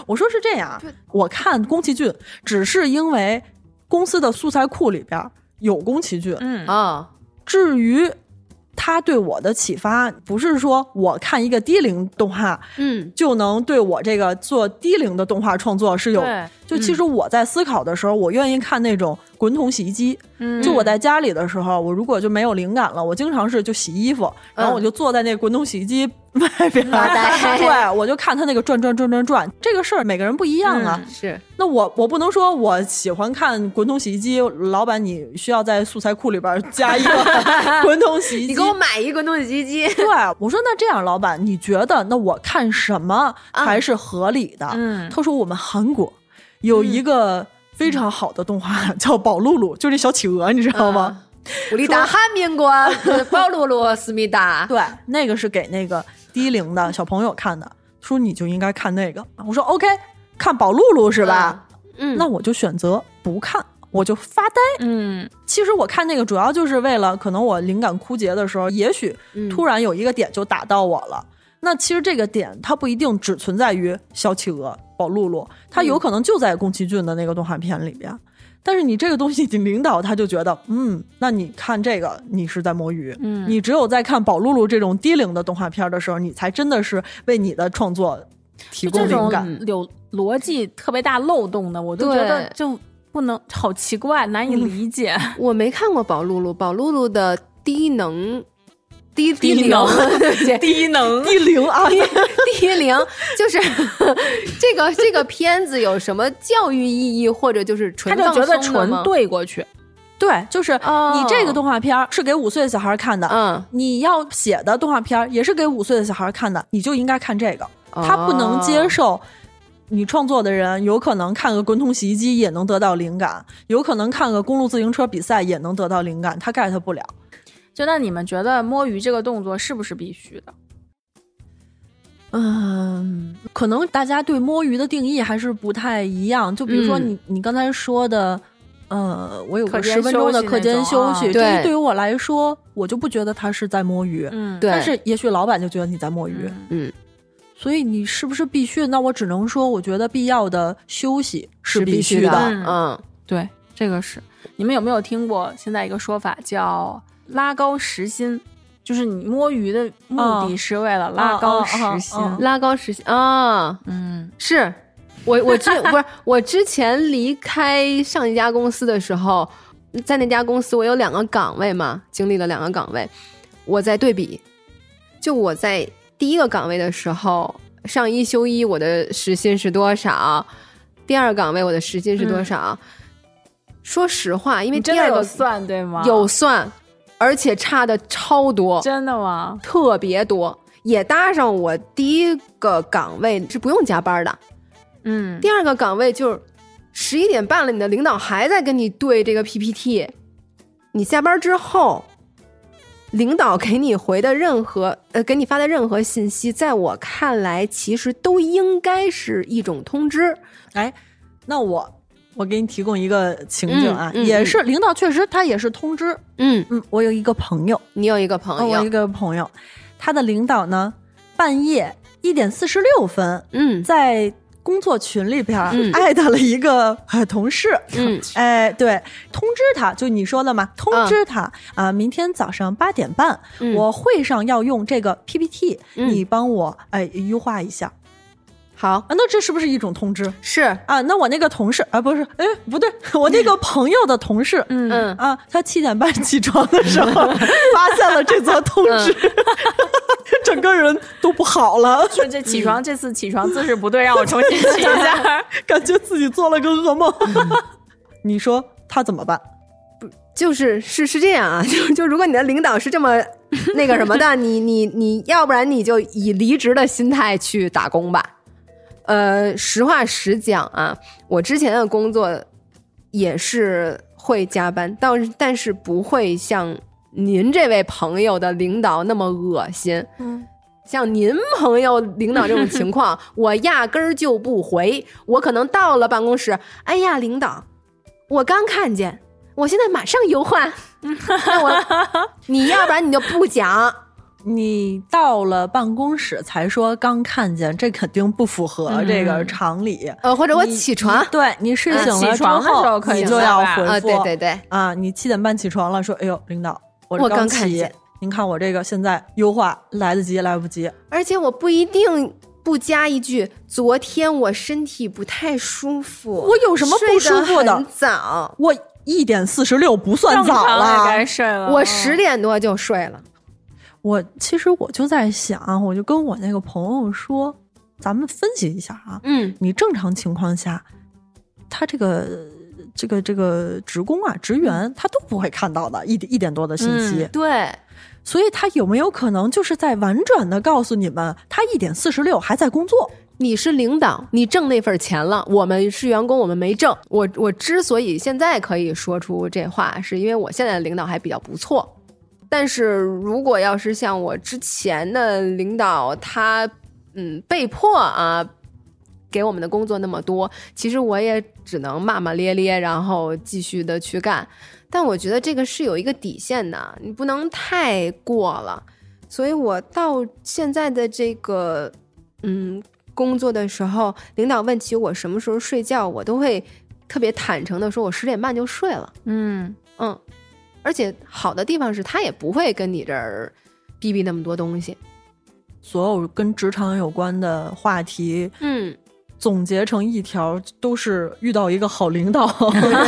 [SPEAKER 2] 我说是这样啊
[SPEAKER 4] 对，
[SPEAKER 2] 我看宫崎骏只是因为公司的素材库里边儿有宫崎骏，
[SPEAKER 3] 嗯
[SPEAKER 4] 啊
[SPEAKER 2] 至于他对我的启发，不是说我看一个低龄动画
[SPEAKER 4] 嗯
[SPEAKER 2] 就能对我这个做低龄的动画创作是有。
[SPEAKER 3] 对，
[SPEAKER 2] 就其实我在思考的时候，我愿意看那种滚筒洗衣机。
[SPEAKER 3] 嗯
[SPEAKER 2] 就我在家里的时候，我如果就没有灵感了，我经常是就洗衣服，然
[SPEAKER 3] 嗯
[SPEAKER 2] 后我就坐在那滚筒洗衣机外边儿，
[SPEAKER 4] 发呆
[SPEAKER 2] 对我就看它那个转转转转转。这个事儿每个人不一样
[SPEAKER 3] 嗯
[SPEAKER 2] 啊。
[SPEAKER 4] 是
[SPEAKER 2] 那我我不能说我喜欢看滚筒洗衣机，老板你需要在素材库里边儿加一 个滚筒洗衣
[SPEAKER 4] 你
[SPEAKER 2] 机
[SPEAKER 4] 给。我买一个东西机 机，
[SPEAKER 2] 对，我说那这样，老板你觉得那我看什么
[SPEAKER 4] 啊
[SPEAKER 2] 才是合理的？
[SPEAKER 3] 嗯
[SPEAKER 2] 他说我们韩国
[SPEAKER 4] 嗯
[SPEAKER 2] 有一个非常好的动画、叫《宝露露》，就这小企鹅，你知道
[SPEAKER 4] 啊
[SPEAKER 2] 吗？
[SPEAKER 4] 우리다한민국 바로로스미다
[SPEAKER 2] 对，那个是给那个低龄的小朋友看的。说你就应该看那个，我说 OK，看宝露露是吧？
[SPEAKER 4] 嗯
[SPEAKER 2] 那我就选择不看，我就发呆。
[SPEAKER 3] 嗯
[SPEAKER 2] 其实我看那个主要就是为了，可能我灵感枯竭的时候，也许
[SPEAKER 4] 嗯
[SPEAKER 2] 突然有一个点就打到我了。那其实这个点它不一定只存在于小企鹅、宝露露，
[SPEAKER 4] 嗯
[SPEAKER 2] 它有可能就在宫崎骏的那个动画片里边。但是你这个东西，你领导他就觉得，嗯，那你看这个，你是在摸鱼。
[SPEAKER 3] 嗯
[SPEAKER 2] 你只有在看宝露露这种低龄的动画片的时候，你才真的是为你的创作提
[SPEAKER 3] 就这
[SPEAKER 2] 供灵
[SPEAKER 3] 种
[SPEAKER 2] 感。
[SPEAKER 3] 有逻辑特别大漏洞的，我都觉得
[SPEAKER 4] 对
[SPEAKER 3] 就不能，好奇怪，难以理解。
[SPEAKER 4] 我没看过宝露露，宝露露的低能 低低
[SPEAKER 3] 低
[SPEAKER 4] 龄，
[SPEAKER 3] 能
[SPEAKER 4] 对不起
[SPEAKER 3] 低能，
[SPEAKER 2] 低龄啊，
[SPEAKER 4] 低龄就是 这个这个片子有什么教育意义，或者就是
[SPEAKER 3] 他
[SPEAKER 4] 纯
[SPEAKER 3] 就觉得
[SPEAKER 4] 放松的吗
[SPEAKER 3] 纯对过去，
[SPEAKER 2] 对，就是
[SPEAKER 4] 哦
[SPEAKER 2] 你这个动画片儿是给五岁的小孩看的，
[SPEAKER 4] 嗯
[SPEAKER 2] 你要写的动画片儿也是给五岁的小孩看的，你就应该看这个。
[SPEAKER 3] 哦
[SPEAKER 2] 他不能
[SPEAKER 4] 哦
[SPEAKER 2] 接受你创作的人，有可能看个滚筒洗衣机也能得到灵感，有可能看个公路自行车比赛也能得到灵感，他 get 不了。
[SPEAKER 3] 就那你们觉得摸鱼这个动作是不是必须的？
[SPEAKER 2] 嗯，可能大家对摸鱼的定义还是不太一样。就比如说
[SPEAKER 4] 嗯
[SPEAKER 2] 你、你刚才说的，呃，我有
[SPEAKER 3] 课
[SPEAKER 2] 个
[SPEAKER 3] 间
[SPEAKER 2] 十分钟的
[SPEAKER 3] 休息
[SPEAKER 2] 课
[SPEAKER 3] 那
[SPEAKER 2] 间
[SPEAKER 3] 种
[SPEAKER 2] 休
[SPEAKER 3] 啊
[SPEAKER 2] 息，这
[SPEAKER 4] 对
[SPEAKER 2] 对于我来说，我就不觉得他是在摸鱼。
[SPEAKER 3] 嗯，
[SPEAKER 4] 对
[SPEAKER 2] 但是也许老板就觉得你在摸鱼，
[SPEAKER 3] 嗯
[SPEAKER 4] 嗯
[SPEAKER 2] 所以你是不是必须？那我只能说，我觉得必要的休息是必
[SPEAKER 4] 必
[SPEAKER 2] 须
[SPEAKER 4] 的，
[SPEAKER 2] 的
[SPEAKER 4] 嗯嗯
[SPEAKER 3] 对，这个是。你们有没有听过现在一个说法叫拉高时薪？就是你摸鱼的目的是为了拉高时薪。
[SPEAKER 2] 哦哦哦
[SPEAKER 4] 拉高时薪啊，
[SPEAKER 3] 嗯
[SPEAKER 4] 是我我之不是我之前离开上一家公司的时候，在那家公司，我有两个岗位嘛，经历了两个岗位，我在对比。就我在第一个岗位的时候，上一休一，我的时薪是多少？第二岗位我的时薪是多少？说实话，因
[SPEAKER 3] 嗯
[SPEAKER 4] 为
[SPEAKER 3] 你
[SPEAKER 4] 第
[SPEAKER 3] 真的
[SPEAKER 4] 二
[SPEAKER 3] 有
[SPEAKER 4] 个
[SPEAKER 3] 算对吗？
[SPEAKER 4] 有算，而且差的超多，
[SPEAKER 3] 真的吗？
[SPEAKER 4] 特别多。也搭上我第一个岗位是不用加班的，
[SPEAKER 3] 嗯，
[SPEAKER 4] 第二个岗位就是十一点半了，你的领导还在跟你对这个 PPT，你下班之后，领导给你回的任何呃给你发的任何信息，在我看来，其实都应该是一种通知。
[SPEAKER 2] 哎，那我我给你提供一个情景啊，
[SPEAKER 4] 嗯嗯
[SPEAKER 2] 也是领导确实他也是通知，
[SPEAKER 4] 嗯，
[SPEAKER 2] 嗯，我有一个朋友，
[SPEAKER 4] 你有一个朋
[SPEAKER 2] 哦我有
[SPEAKER 4] 友
[SPEAKER 2] 一，个朋友，他的领导呢半夜一点四十六分
[SPEAKER 4] 嗯
[SPEAKER 2] 在。工作群里边儿
[SPEAKER 4] 嗯
[SPEAKER 2] 艾特了一个、呃同事，
[SPEAKER 4] 嗯，
[SPEAKER 2] 哎，对，通知他，就你说的嘛，通
[SPEAKER 4] 嗯
[SPEAKER 2] 知他啊、明天早上八点半，
[SPEAKER 4] 嗯
[SPEAKER 2] 我会上要用这个 PPT，、
[SPEAKER 4] 嗯
[SPEAKER 2] 你帮我哎优化一下
[SPEAKER 4] 好
[SPEAKER 2] 啊。那这是不是一种通知
[SPEAKER 4] 是，
[SPEAKER 2] 啊？那我那个同事啊，不是，哎，不对， 我那个朋友的同事，嗯
[SPEAKER 4] 嗯，
[SPEAKER 2] 啊，他七点半起床的时候发现了这则通知， 整个人都不好了，
[SPEAKER 3] 说这起床、这次起床姿势不对，让我重新起一 下。
[SPEAKER 2] 感觉自己做了个噩梦。 你说他怎么办？
[SPEAKER 4] 就是是是这样啊， 就就如果你的领导是这么那个什么的，你你你要不然你就以离职的心态去打工吧。呃，实话实讲啊，我之前的工作也是会加班，但是但是不会像您这位朋友的领导那么恶心。
[SPEAKER 3] 嗯，
[SPEAKER 4] 像您朋友领导这种情况，我压根儿就不回。我可能到了办公室，哎呀，领导，我刚看见，我现在马上优化。那我，你要不然你就不讲，
[SPEAKER 2] 你到了办公室才说刚看见，这肯定不符合这个常理。
[SPEAKER 4] 呃，或者我
[SPEAKER 2] 你
[SPEAKER 4] 起床
[SPEAKER 2] 对你睡醒
[SPEAKER 3] 嗯
[SPEAKER 2] 了
[SPEAKER 3] 起
[SPEAKER 2] 之
[SPEAKER 3] 床的时候
[SPEAKER 2] 后，
[SPEAKER 3] 可以
[SPEAKER 2] 你就要
[SPEAKER 3] 说吧
[SPEAKER 2] 回复。
[SPEAKER 4] 啊，对对对，
[SPEAKER 2] 啊，你七点半起床了，说：“哎呦，领导，我
[SPEAKER 4] 我刚
[SPEAKER 2] 刚
[SPEAKER 4] 看
[SPEAKER 2] 起
[SPEAKER 4] 见
[SPEAKER 2] 您看我这个现在优化来得及来不及？
[SPEAKER 4] 而且我不一定不加一句，昨天我身体不太舒服，
[SPEAKER 2] 我有什么不舒服的
[SPEAKER 4] 睡得很早，
[SPEAKER 2] 我一点四十六不算
[SPEAKER 3] 正
[SPEAKER 2] 早
[SPEAKER 3] 常啊也
[SPEAKER 2] 了
[SPEAKER 3] 该。睡了。
[SPEAKER 4] 我十点多就睡了。
[SPEAKER 2] 我其实我就在想，我就跟我那个朋友说，咱们分析一下啊，
[SPEAKER 4] 嗯
[SPEAKER 2] 你正常情况下，他这个这个这个职工啊、职员他都不会看到的，一点一点多的信息。
[SPEAKER 4] 对，
[SPEAKER 2] 所以他有没有可能就是在婉转的告诉你们，他一点四十六还在工作？
[SPEAKER 4] 你是领导，你挣那份钱了，我们是员工，我们没挣。我我之所以现在可以说出这话，是因为我现在的领导还比较不错。但是如果要是像我之前的领导，他嗯被迫啊给我们的工作那么多，其实我也只能骂骂咧咧，然后继续的去干。但我觉得这个是有一个底线的，你不能太过了。所以我到现在的这个嗯工作的时候，领导问起我什么时候睡觉，我都会特别坦诚的说，我十点半就睡了。
[SPEAKER 3] 嗯，
[SPEAKER 4] 嗯，而且好的地方是他也不会跟你这儿逼逼那么多东西。
[SPEAKER 2] 所有跟职场有关的话题
[SPEAKER 4] 嗯，
[SPEAKER 2] 总结成一条，都是遇到一个好领 导。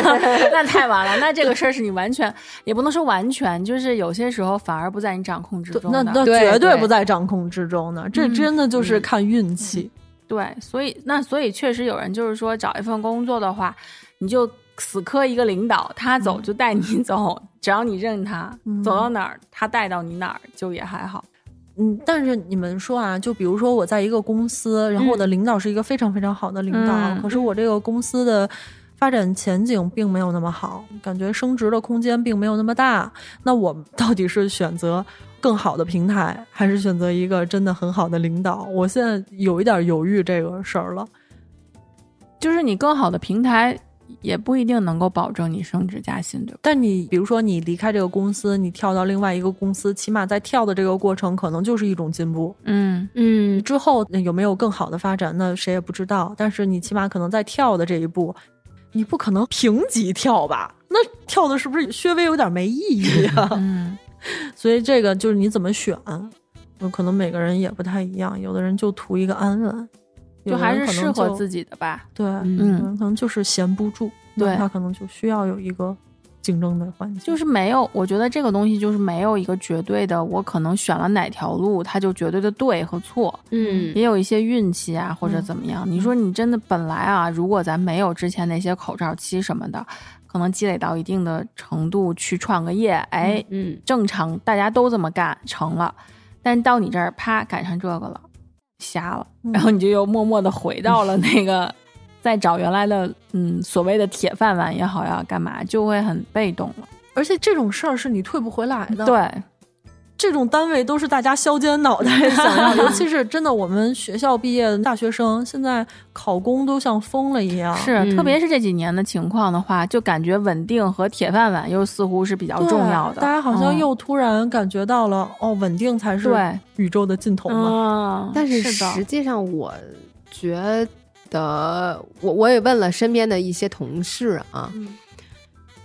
[SPEAKER 3] 那太完了。那这个事儿是你完全也不能说完全，就是有些时候反而不在你掌控之中
[SPEAKER 2] 那
[SPEAKER 3] 的。
[SPEAKER 2] 那
[SPEAKER 4] 对
[SPEAKER 2] 绝对
[SPEAKER 4] 对
[SPEAKER 2] 不在掌控之中呢，这真的就是看运气。
[SPEAKER 3] 对，所以那所以确实有人就是说找一份工作的话，你就死磕一个领导，他走就带你 走，只要你认他，
[SPEAKER 2] 嗯
[SPEAKER 3] 走到哪儿他带到你哪儿就也还好。
[SPEAKER 2] 嗯，但是你们说啊，就比如说我在一个公司，然后我的领导是一个非常非常好的领导，啊
[SPEAKER 3] 嗯
[SPEAKER 2] 可是我这个公司的发展前景并没有那么好，感觉升职的空间并没有那么大。那我到底是选择更好的平台，还是选择一个真的很好的领导？我现在有一点犹豫这个事儿了。
[SPEAKER 3] 就是你更好的平台也不一定能够保证你升职加薪，对吧？
[SPEAKER 2] 但你比如说你离开这个公司，你跳到另外一个公司，起码在跳的这个过程，可能就是一种进步。
[SPEAKER 3] 嗯
[SPEAKER 2] 嗯，之后那有没有更好的发展，那谁也不知道。但是你起码可能在跳的这一步，你不可能平级跳吧？那跳的是不是稍微有点没意义啊？
[SPEAKER 3] 嗯，
[SPEAKER 2] 所以这个就是你怎么选，嗯可能每个人也不太一样。有的人就图一个安稳，
[SPEAKER 3] 就还是适合
[SPEAKER 2] 己。
[SPEAKER 3] 自己的吧。
[SPEAKER 2] 对，
[SPEAKER 4] 嗯
[SPEAKER 2] 有人可能就是闲不住，那
[SPEAKER 3] 对
[SPEAKER 2] 他可能就需要有一个竞争的环境。
[SPEAKER 3] 就是没有，我觉得这个东西就是没有一个绝对的，我可能选了哪条路，它就绝对的对和错，
[SPEAKER 4] 嗯，
[SPEAKER 3] 也有一些运气啊或者怎么样。你说你真的本来啊，如果咱没有之前那些口罩期什么的，可能积累到一定的程度去创个业，哎，
[SPEAKER 4] 嗯，
[SPEAKER 3] 正常大家都这么干成了，但到你这儿啪赶上这个了，瞎了，
[SPEAKER 2] 嗯
[SPEAKER 3] 然后你就又默默的回到了 那个。再找原来的，嗯，所谓的铁饭碗也好呀，干嘛就会很被动了。
[SPEAKER 2] 而且这种事儿是你退不回来的。，
[SPEAKER 3] 对，
[SPEAKER 2] 这种单位都是大家削尖脑 袋想要，尤其是真的我们学校毕业的大学生，现在考公都像疯了一样。
[SPEAKER 3] 是，特别是这几年的情况的话，就感觉稳定和铁饭碗又似乎是比较
[SPEAKER 2] 对
[SPEAKER 3] 重要的。
[SPEAKER 2] 大家好像
[SPEAKER 3] 嗯
[SPEAKER 2] 又突然感觉到了，哦，稳定才是
[SPEAKER 3] 对，
[SPEAKER 2] 宇宙的尽头嘛。
[SPEAKER 3] 嗯，
[SPEAKER 4] 但是
[SPEAKER 3] 是
[SPEAKER 4] 实
[SPEAKER 3] 的，
[SPEAKER 4] 际上，我觉得我我也问了身边的一些同事啊，
[SPEAKER 2] 嗯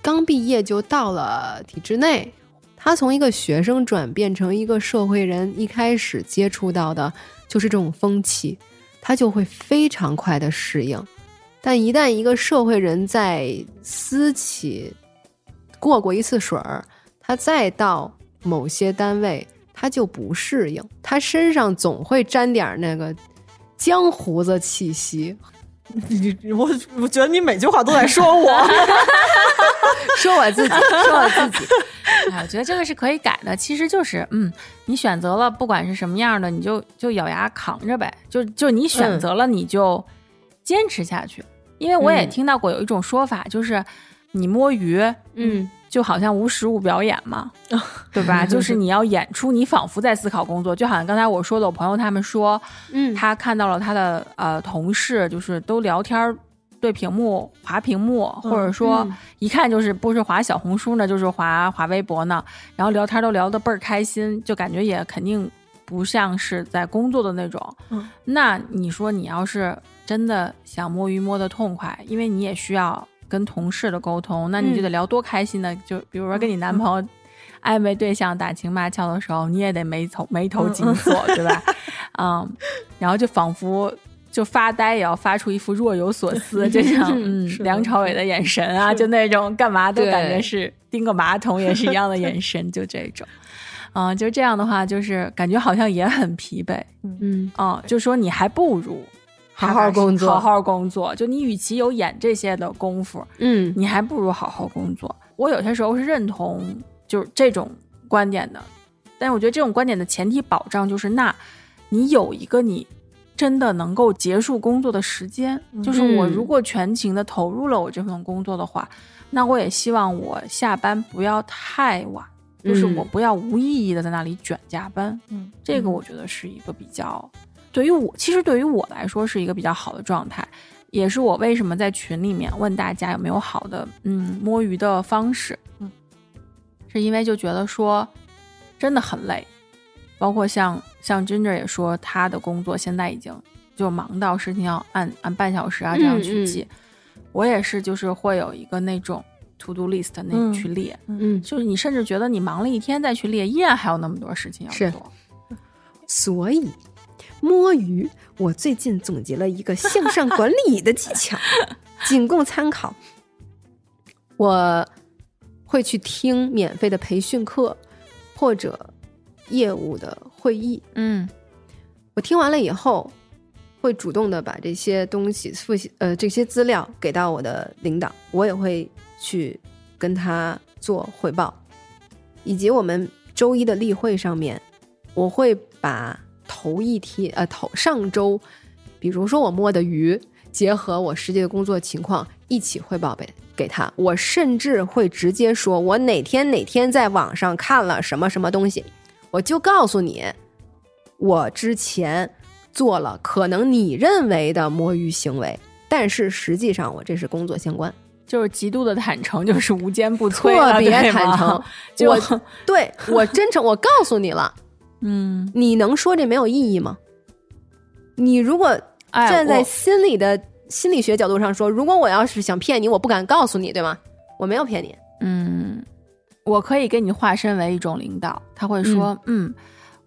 [SPEAKER 4] 刚毕业就到了体制内，他从一个学生转变成一个社会人，一开始接触到的就是这种风气，他就会非常快的适应。但一旦一个社会人在私企过过一次水儿，他再到某些单位，他就不适应，他身上总会沾点儿那个江胡子气息。
[SPEAKER 3] 嗯
[SPEAKER 2] 你你我我觉得你每句话都在说我，
[SPEAKER 4] 说我自己，说我自己，
[SPEAKER 3] 哎我觉得这个是可以改的。其实就是，嗯，你选择了，不管是什么样的，你就就咬牙扛着呗。就就你选
[SPEAKER 4] 嗯
[SPEAKER 3] 择了，你就坚持下去。因为我也
[SPEAKER 4] 嗯
[SPEAKER 3] 听到过有一种说法，就是你摸鱼，
[SPEAKER 4] 嗯，
[SPEAKER 3] 就好像无实物表演嘛，
[SPEAKER 4] 哦
[SPEAKER 3] 对 吧？就是你要演出，你仿佛在思考工作，就好像刚才我说的，我朋友他们说，
[SPEAKER 4] 嗯
[SPEAKER 3] 他看到了他的呃同事，就是都聊天儿对屏幕划屏幕，或者说一看就是不是划小红书呢，就是划划微博呢，然后聊天都聊得倍儿开心，就感觉也肯定不像是在工作的那种。
[SPEAKER 2] 嗯
[SPEAKER 3] 那你说你要是真的想摸鱼摸得痛快，因为你也需要跟同事的沟通，那你就得聊多开心的，就比如说跟你男朋友。暧昧对象打情骂俏的时候，你也得眉头眉头紧锁，对吧？嗯，然后就仿佛就发呆，也要发出一副若有所思，就像嗯
[SPEAKER 2] 是的
[SPEAKER 3] 梁朝伟的眼神啊，就那种干嘛都感觉是盯个马桶也是一样的眼神，就这种。嗯，就这样的话，就是感觉好像也很疲惫。
[SPEAKER 4] 嗯，
[SPEAKER 3] 嗯，就说你还不如
[SPEAKER 4] 好好工作
[SPEAKER 3] 好好工作。就你与其有演这些的功夫，
[SPEAKER 4] 嗯，
[SPEAKER 3] 你还不如好好工作。我有些时候是认同就是这种观点的，但我觉得这种观点的前提保障就是，那你有一个你真的能够结束工作的时间。就是我
[SPEAKER 4] 嗯
[SPEAKER 3] 如果全情的投入了我这份工作的话，那我也希望我下班不要太晚，就是
[SPEAKER 4] 嗯
[SPEAKER 3] 我不要无意义的在那里卷加班。
[SPEAKER 2] 嗯，
[SPEAKER 3] 这个我觉得是一个比较，对于我其实对于我来说是一个比较好的状态，也是我为什么在群里面问大家有没有好的嗯摸鱼的方式，
[SPEAKER 2] 嗯，
[SPEAKER 3] 是因为就觉得说真的很累，包括像像 Ginger 也说他的工作现在已经就忙到事情要按按半小时啊这样去
[SPEAKER 4] 嗯嗯
[SPEAKER 3] 记，我也是就是会有一个那种 to do list 那、
[SPEAKER 2] 嗯
[SPEAKER 3] 去列，
[SPEAKER 4] 嗯，
[SPEAKER 3] 就是你甚至觉得你忙了一天再去列，依然还有那么多事情要
[SPEAKER 4] 是
[SPEAKER 3] 做。
[SPEAKER 4] 所以摸鱼，我最近总结了一个向上管理的技巧，仅供参考。我会去听免费的培训课或者业务的会议，
[SPEAKER 3] 嗯，
[SPEAKER 4] 我听完了以后，会主动的把这些东西复习，呃，这些资料给到我的领导，我也会去跟他做汇报，以及我们周一的例会上面，我会把头一天，呃，头上周，比如说我摸的鱼，结合我实际的工作情况一起汇报给给他。我甚至会直接说，我哪天哪天在网上看了什么什么东西，我就告诉你，我之前做了可能你认为的摸鱼行为，但是实际上我这是工作相关，
[SPEAKER 3] 就是极度的坦诚，就是无坚不摧了，
[SPEAKER 4] 特 别
[SPEAKER 3] 对啊吗
[SPEAKER 4] 坦诚。。
[SPEAKER 3] 就
[SPEAKER 4] 我对我真诚，我告诉你了，
[SPEAKER 3] 嗯，
[SPEAKER 4] 你能说这没有意义吗？你如果
[SPEAKER 3] 哎
[SPEAKER 4] 站在
[SPEAKER 3] 我
[SPEAKER 4] 心理的、心理学角度上说，如果我要是想骗你，我不敢告诉你，对吗？我没有骗你，
[SPEAKER 3] 嗯，我可以给你化身为一种领导，他会说，嗯。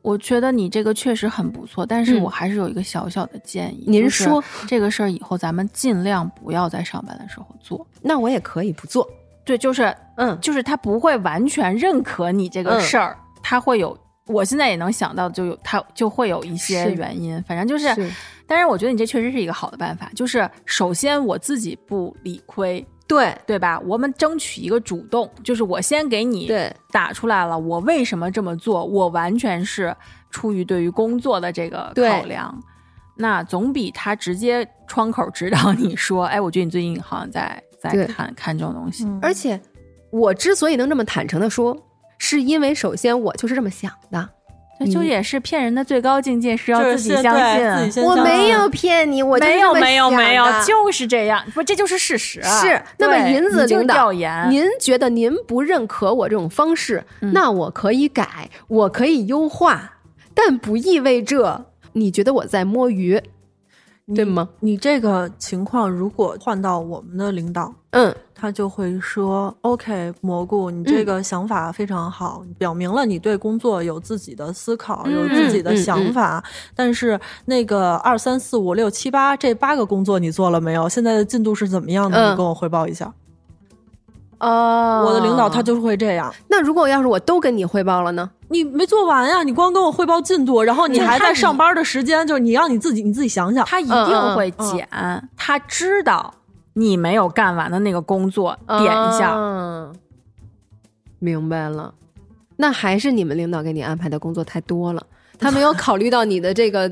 [SPEAKER 3] 我觉得你这个确实很不错，但是
[SPEAKER 4] 嗯
[SPEAKER 3] 我还是有一个小小的建议。
[SPEAKER 4] 您
[SPEAKER 3] 就是
[SPEAKER 4] 说
[SPEAKER 3] 这个事儿以后咱们尽量不要在上班的时候做。
[SPEAKER 4] 那我也可以不做。
[SPEAKER 3] 对，就是
[SPEAKER 4] 嗯，
[SPEAKER 3] 就是他不会完全认可你这个
[SPEAKER 4] 嗯
[SPEAKER 3] 事儿，他会有。我现在也能想到，就有他就会有一些
[SPEAKER 4] 是
[SPEAKER 3] 原因，反正 就是，
[SPEAKER 4] 是
[SPEAKER 3] 但是我觉得你这确实是一个好的办法，就是首先我自己不理亏，
[SPEAKER 4] 对
[SPEAKER 3] 对吧？我们争取一个主动，就是我先给你
[SPEAKER 4] 对
[SPEAKER 3] 打出来了，我为什么这么做？我完全是出于对于工作的这个
[SPEAKER 4] 对
[SPEAKER 3] 考量，那总比他直接窗口指导你说，哎，我觉得你最近好像在
[SPEAKER 4] 对嗯
[SPEAKER 3] 在看看这种东西，
[SPEAKER 4] 而且我之所以能这么坦诚的说，是因为首先我就是这么想的，
[SPEAKER 3] 这就
[SPEAKER 4] 嗯
[SPEAKER 3] 也是骗人的最高境界，是 要
[SPEAKER 2] 就是
[SPEAKER 3] 自己
[SPEAKER 2] 现
[SPEAKER 3] 相
[SPEAKER 2] 在自己
[SPEAKER 3] 信。
[SPEAKER 2] 先
[SPEAKER 3] 啊
[SPEAKER 4] 我
[SPEAKER 2] 相
[SPEAKER 4] 没
[SPEAKER 2] 信
[SPEAKER 4] 有骗你，我就是
[SPEAKER 3] 没
[SPEAKER 4] 这
[SPEAKER 3] 有
[SPEAKER 4] 么
[SPEAKER 3] 没有
[SPEAKER 4] 想
[SPEAKER 3] 没有
[SPEAKER 4] 的，
[SPEAKER 3] 就是这样，不，这就是事实啊。
[SPEAKER 4] 是那么
[SPEAKER 3] 对
[SPEAKER 4] 银子
[SPEAKER 3] 你就
[SPEAKER 4] 领导
[SPEAKER 3] 调研，
[SPEAKER 4] 您觉得您不认可我这种方式，那我可以改，我可以优化，但不意味着你觉得我在摸鱼，对吗？
[SPEAKER 2] 你这个情况如果换到我们的领导，
[SPEAKER 4] 嗯，
[SPEAKER 2] 他就会说：“OK，蘑菇，你
[SPEAKER 3] 嗯
[SPEAKER 2] 这个想法非常好，表明了你对工作有自己的思考，有自
[SPEAKER 3] 嗯
[SPEAKER 2] 己的想法。但是那个二三四五六七八这八个工作你做了没有？现在的进度是怎么样的？
[SPEAKER 4] 嗯
[SPEAKER 2] 你跟我汇报一下。
[SPEAKER 4] 哦
[SPEAKER 2] 我的领导他就是会这样。
[SPEAKER 4] 那如果要是我都跟你汇报了呢？
[SPEAKER 2] 你没做完呀，你光跟我汇报进度，然后你
[SPEAKER 3] 嗯
[SPEAKER 2] 还
[SPEAKER 3] 他
[SPEAKER 2] 在
[SPEAKER 3] 你
[SPEAKER 2] 上班的时间，就是你让你自己你自己想想。
[SPEAKER 3] 他一
[SPEAKER 4] 嗯
[SPEAKER 3] 定
[SPEAKER 4] 嗯
[SPEAKER 3] 会
[SPEAKER 2] 嗯
[SPEAKER 3] 减，他知道你没有干完的那个工作，点一下。
[SPEAKER 4] 嗯，明白了。那还是你们领导给你安排的工作太多了，他没有考虑到你的这个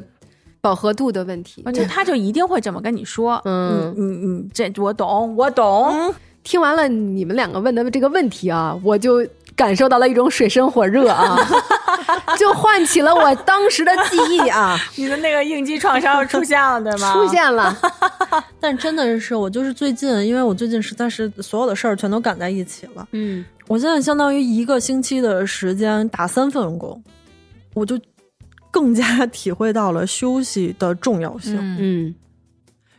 [SPEAKER 4] 饱和度的问题
[SPEAKER 3] 而。且他就一定会这么跟你说，
[SPEAKER 4] 嗯
[SPEAKER 3] 你你你这我懂，我懂，
[SPEAKER 4] 听完了你们两个问的这个问题啊，我就感受到了一种水深火热 啊，就唤起了我当时的记忆啊，
[SPEAKER 3] 你的那个应激创伤又出现 了，对吗？
[SPEAKER 4] 出。现了。
[SPEAKER 2] 但真的是，我就是最近，因为我最近实在是所有的事儿全都赶在一起了。
[SPEAKER 4] 嗯，
[SPEAKER 2] 我现在相当于一个星期的时间打三份工，我就更加 体会到了休息的重要性。
[SPEAKER 3] 嗯
[SPEAKER 4] 嗯，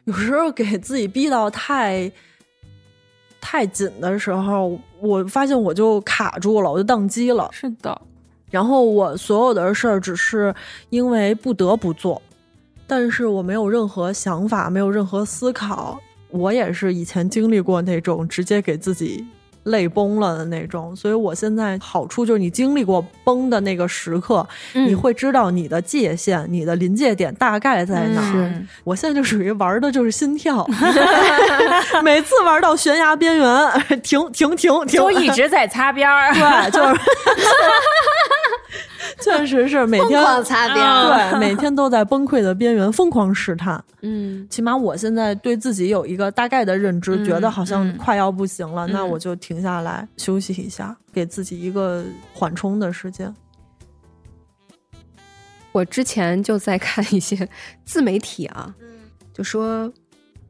[SPEAKER 2] 有时候给自己逼到太太紧的时候，我发现我就卡住了，我就宕机了。
[SPEAKER 3] 是的，
[SPEAKER 2] 然后我所有的事儿只是因为不得不做，但是我没有任何想法，没有任何思考。我也是以前经历过那种直接给自己累崩了的那种，所以我现在好处就是你经历过崩的那个时刻，你会知道你的界限、你的临界点大概在哪儿。
[SPEAKER 3] 嗯
[SPEAKER 2] 我现在就属于玩的就是心跳， 每次玩到悬崖边缘，停停停停，
[SPEAKER 3] 就一直在擦边儿，
[SPEAKER 2] 对，就是确实是每
[SPEAKER 4] 疯
[SPEAKER 2] 天
[SPEAKER 4] 狂擦边儿。
[SPEAKER 2] 对，每天都在崩溃的边缘疯狂试探。
[SPEAKER 4] 嗯
[SPEAKER 2] 起码我现在对自己有一个大概的认知，觉得好像
[SPEAKER 3] 嗯
[SPEAKER 2] 快要不行了，那
[SPEAKER 3] 嗯
[SPEAKER 2] 我就停下来休息一下，给自己一个缓冲的时间。
[SPEAKER 4] 我之前就在看一些自媒体啊，就说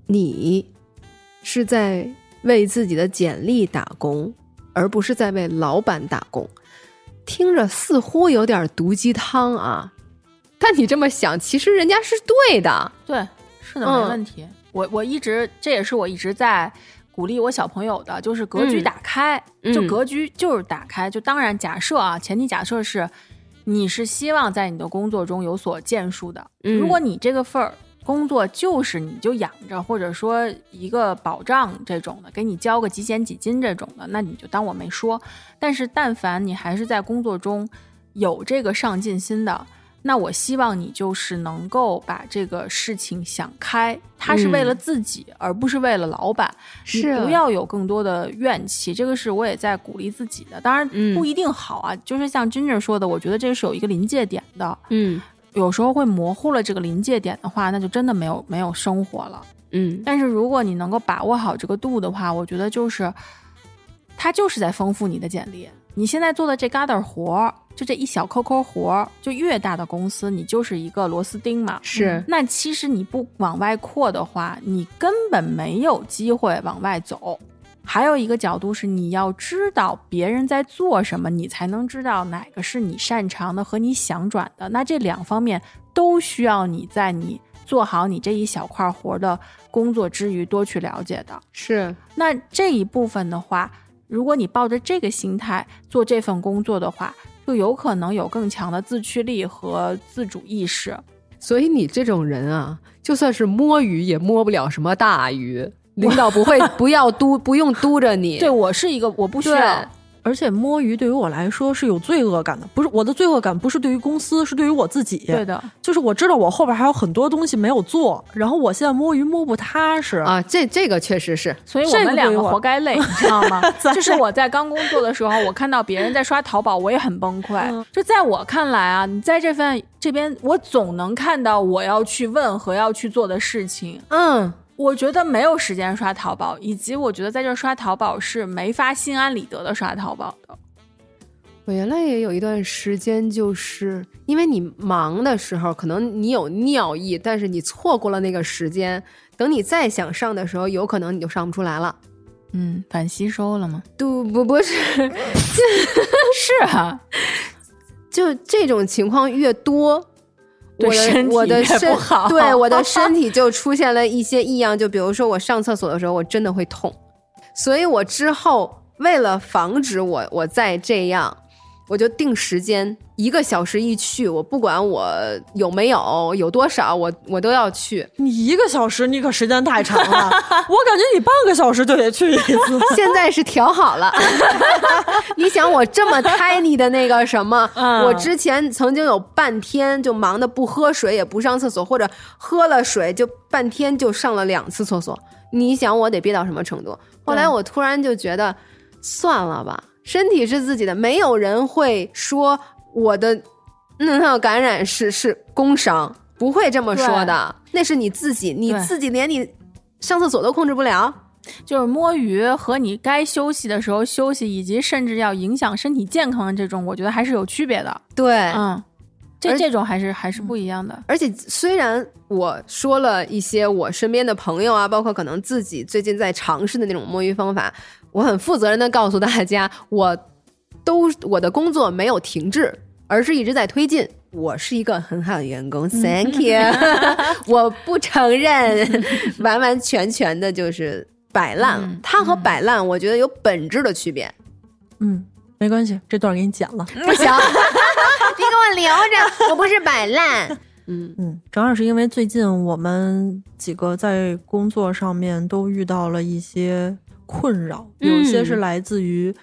[SPEAKER 4] 你是在为自己的简历打工，而不是在为老板打工，听着似乎有点毒鸡汤啊。但你这么想，其实人家是对的。
[SPEAKER 3] 对，是的，
[SPEAKER 4] 嗯
[SPEAKER 3] 没问题。我我一直这也是我一直在鼓励我小朋友的，就是格局
[SPEAKER 4] 嗯
[SPEAKER 3] 打开，
[SPEAKER 4] 嗯
[SPEAKER 3] 就格局就是打开。就当然假设啊，前提假设是你是希望在你的工作中有所建树的。
[SPEAKER 4] 嗯
[SPEAKER 3] 如果你这个份儿工作就是你就养着，或者说一个保障这种的，给你交个几险几金这种的，那你就当我没说。但是但凡你还是在工作中有这个上进心的，那我希望你就是能够把这个事情想开，他是为了自己，而不是为了老板。你
[SPEAKER 4] 是啊
[SPEAKER 3] 不要有更多的怨气，这个是我也在鼓励自己的。当然
[SPEAKER 4] 嗯
[SPEAKER 3] 不一定好啊，就是像 Ginger 说的，我觉得这是有一个临界点的，
[SPEAKER 4] 嗯
[SPEAKER 3] 有时候会模糊了这个临界点的话，那就真的没有没有生活了。
[SPEAKER 4] 嗯
[SPEAKER 3] 但是如果你能够把握好这个度的话，我觉得就是，它就是在丰富你的简历。你现在做的这旮瘩活儿，就这一小抠抠活儿，就越大的公司，你就是一个螺丝钉嘛。
[SPEAKER 4] 是
[SPEAKER 3] 那其实你不往外扩的话，你根本没有机会往外走。还有一个角度是，你要知道别人在做什么，你才能知道哪个是你擅长的和你想转的。那这两方面都需要你在你做好你这一小块活的工作之余多去了解的。
[SPEAKER 4] 是
[SPEAKER 3] 那这一部分的话，如果你抱着这个心态做这份工作的话，就有可能有更强的自驱力和自主意识。
[SPEAKER 4] 所以你这种人啊，就算是摸鱼也摸不了什么大鱼。领导不会不要督不用督着你，
[SPEAKER 3] 对我是一个我不需要
[SPEAKER 4] 对，
[SPEAKER 2] 而且摸鱼对于我来说是有罪恶感的，不是我的罪恶感不是对于公司，是对于我自己。
[SPEAKER 3] 对的，
[SPEAKER 2] 就是我知道我后边还有很多东西没有做，然后我现在摸鱼摸不踏实。
[SPEAKER 4] 啊，这这个确实是
[SPEAKER 3] 所以我
[SPEAKER 2] 这个
[SPEAKER 3] 们两
[SPEAKER 2] 对
[SPEAKER 3] 个
[SPEAKER 2] 我？
[SPEAKER 3] 活该累，你知道吗
[SPEAKER 2] 咱
[SPEAKER 3] 就是
[SPEAKER 2] 俩
[SPEAKER 3] 我在刚工作的时候，我看到别人在刷淘宝，我也很崩溃。就在我看来啊，你在这份这边，我总能看到我要去问和要去做的事情。
[SPEAKER 4] 嗯
[SPEAKER 3] 我觉得没有时间刷淘宝，以及我觉得在这刷淘宝是没法心安理得的刷淘宝的。
[SPEAKER 4] 我原来也有一段时间，就是因为你忙的时候，可能你有尿意，但是你错过了那个时间，等你再想上的时候，有可能你就上不出来了。
[SPEAKER 3] 嗯，反吸收了吗？
[SPEAKER 4] 不不不是，
[SPEAKER 3] 是啊，
[SPEAKER 4] 就这种情况越多，
[SPEAKER 3] 对
[SPEAKER 4] 我的
[SPEAKER 3] 身体
[SPEAKER 4] 我的
[SPEAKER 3] 越不
[SPEAKER 4] 身
[SPEAKER 3] 好
[SPEAKER 4] 对我的身体就出现了一些异样，就比如说我上厕所的时候，我真的会痛，所以我之后为了防止我我再这样，我就定时间，一个小时一去，我不管我有没有有多少，我我都要去。
[SPEAKER 2] 你一个小时，你可时间太长了， 我感觉你半个小时就得去一次。
[SPEAKER 4] 现在是调好了。 你想我这么 tiny 的那个什么，我之前曾经有半天就忙的不喝水也不上厕所，或者喝了水就半天就上了两次厕所。你想我得憋到什么程度？后来我突然就觉得，算了吧，身体是自己的，没有人会说我的嗯那套感染是是工伤，不会这么说的。那是你自己，你
[SPEAKER 3] 对
[SPEAKER 4] 自己连你上厕所都控制不了。
[SPEAKER 3] 就是摸鱼和你该休息的时候休息，以及甚至要影响身体健康的这种，我觉得还是有区别的。
[SPEAKER 4] 对，
[SPEAKER 3] 嗯，这
[SPEAKER 4] 而
[SPEAKER 3] 这种还是还是不一样的。
[SPEAKER 4] 而且虽然我说了一些我身边的朋友啊，包括可能自己最近在尝试的那种摸鱼方法，我很负责任的告诉大家，我都我的工作没有停滞，而是一直在推进。我是一个很好的员工，Thank you，我不承认完完全全的就是摆烂了
[SPEAKER 3] 嗯。
[SPEAKER 4] 它和摆烂，我觉得有本质的区别。
[SPEAKER 2] 嗯，没关系，这段给你剪了。
[SPEAKER 4] 不行， 你给我留着，我不是摆烂。嗯，
[SPEAKER 2] 嗯，正好是因为最近我们几个在工作上面都遇到了一些困扰，有些是
[SPEAKER 4] 嗯
[SPEAKER 2] 来自于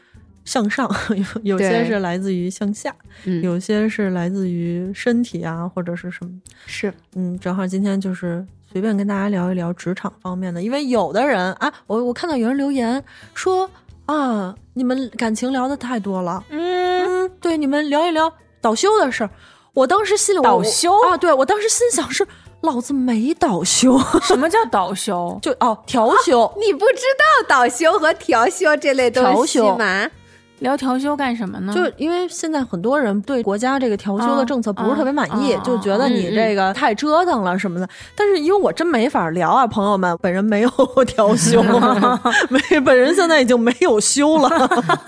[SPEAKER 2] 向上， 有有些
[SPEAKER 4] 对
[SPEAKER 2] 是来自于向下，
[SPEAKER 4] 嗯
[SPEAKER 2] 有些是来自于身体啊或者是什么。
[SPEAKER 4] 是
[SPEAKER 2] 嗯，正好今天就是随便跟大家聊一聊职场方面的，因为有的人啊，我我看到有人留言说啊，你们感情聊的太多了，嗯，对，你们聊一聊倒休的事儿。我当时心里我
[SPEAKER 3] 倒休
[SPEAKER 2] 啊，对我当时心想是老子没倒休，
[SPEAKER 3] 什么叫倒休？
[SPEAKER 2] 就哦调休，
[SPEAKER 4] 你不知道倒休和调休这类
[SPEAKER 2] 调
[SPEAKER 4] 东西
[SPEAKER 2] 休
[SPEAKER 4] 吗？
[SPEAKER 3] 聊调休干什么呢？
[SPEAKER 2] 就因为现在很多人对国家这个调休的政策不是特别满意，
[SPEAKER 3] 啊啊啊
[SPEAKER 2] 就觉得你这个太折腾了什么的。但是因为我真没法聊啊，朋友们，本人没有 调休，没，本人现在已经没有休了，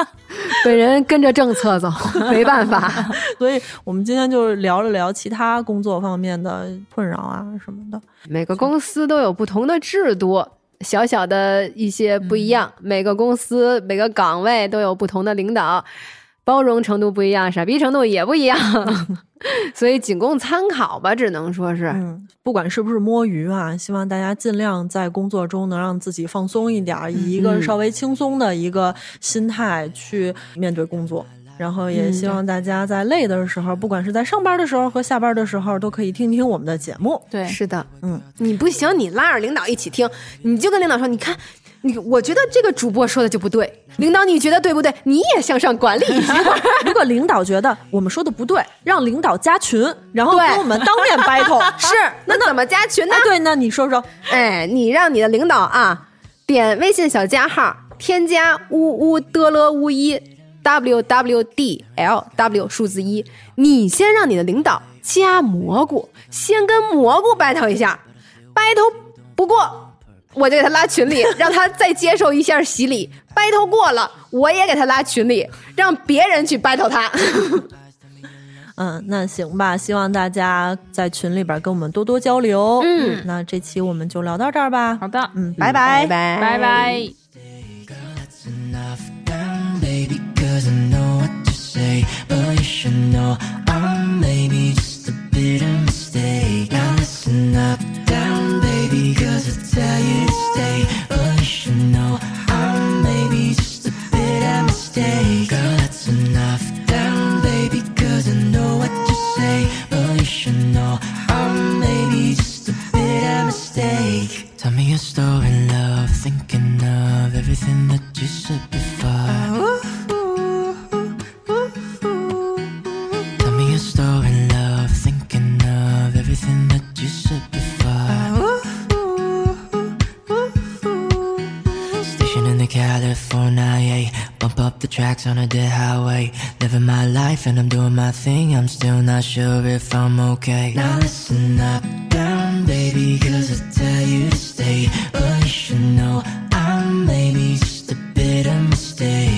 [SPEAKER 4] 本人跟着政策 走，没办法。
[SPEAKER 2] 所以我们今天就是聊了聊其他工作方面的困扰啊什么的。
[SPEAKER 4] 每个公司都有不同的制度，小小的一些不一样。每个公司、每个岗位都有不同的领导，包容程度不一样，傻逼程度也不一 样，所以仅供参考吧，只能说是。
[SPEAKER 2] 嗯，不管是不是摸鱼啊，希望大家尽量在工作中能让自己放松一点儿，以一个
[SPEAKER 4] 嗯
[SPEAKER 2] 稍微轻松的一个心态去面对工作。然后
[SPEAKER 4] 嗯
[SPEAKER 2] 也希望大家在累的时候，不管是在上班的时候和下班的时候，都可以听听我们的节目。
[SPEAKER 3] 对，
[SPEAKER 4] 是的，
[SPEAKER 2] 嗯，
[SPEAKER 4] 你不行，你拉着领导一起听，你就跟领导说，你看。你我觉得这个主播说的就不对，领导你觉得对不对？你也向上管理一下。
[SPEAKER 2] 如果领导觉得我们说的不对，让领导加群，然后
[SPEAKER 4] 对
[SPEAKER 2] 跟我们当 面 battle。
[SPEAKER 4] 是，那怎么加群呢
[SPEAKER 2] 哎？，对，那你说说，
[SPEAKER 4] 哎，你让你的领导啊，点微信小加号，添加呜呜的了呜一 w w d l w 数字一，你先让你的领导加蘑菇，先跟蘑菇 battle 一下，battle 不过。我就给他拉群里，让他再接受一下洗礼。battle 过了，我也给他拉群里，让别人去 battle 他。
[SPEAKER 2] 嗯，那行吧，希望大家在群里边跟我们多多交流。嗯，那这期我们就聊到这儿吧。
[SPEAKER 3] 好的，
[SPEAKER 2] 嗯，
[SPEAKER 4] 拜
[SPEAKER 3] 拜拜。
[SPEAKER 1] That's enough down, baby, cause I know what to say. But you should know I'm maybe just a bit of mistake. Now listen up down, baby, cause I tell you to stay. But you tracks on a dead highway. Living my life and I'm doing my thing. I'm still not sure if I'm okay. Now listen up, down, baby, cause I tell you to stay. But you should know I'm maybe just a bit of mistake.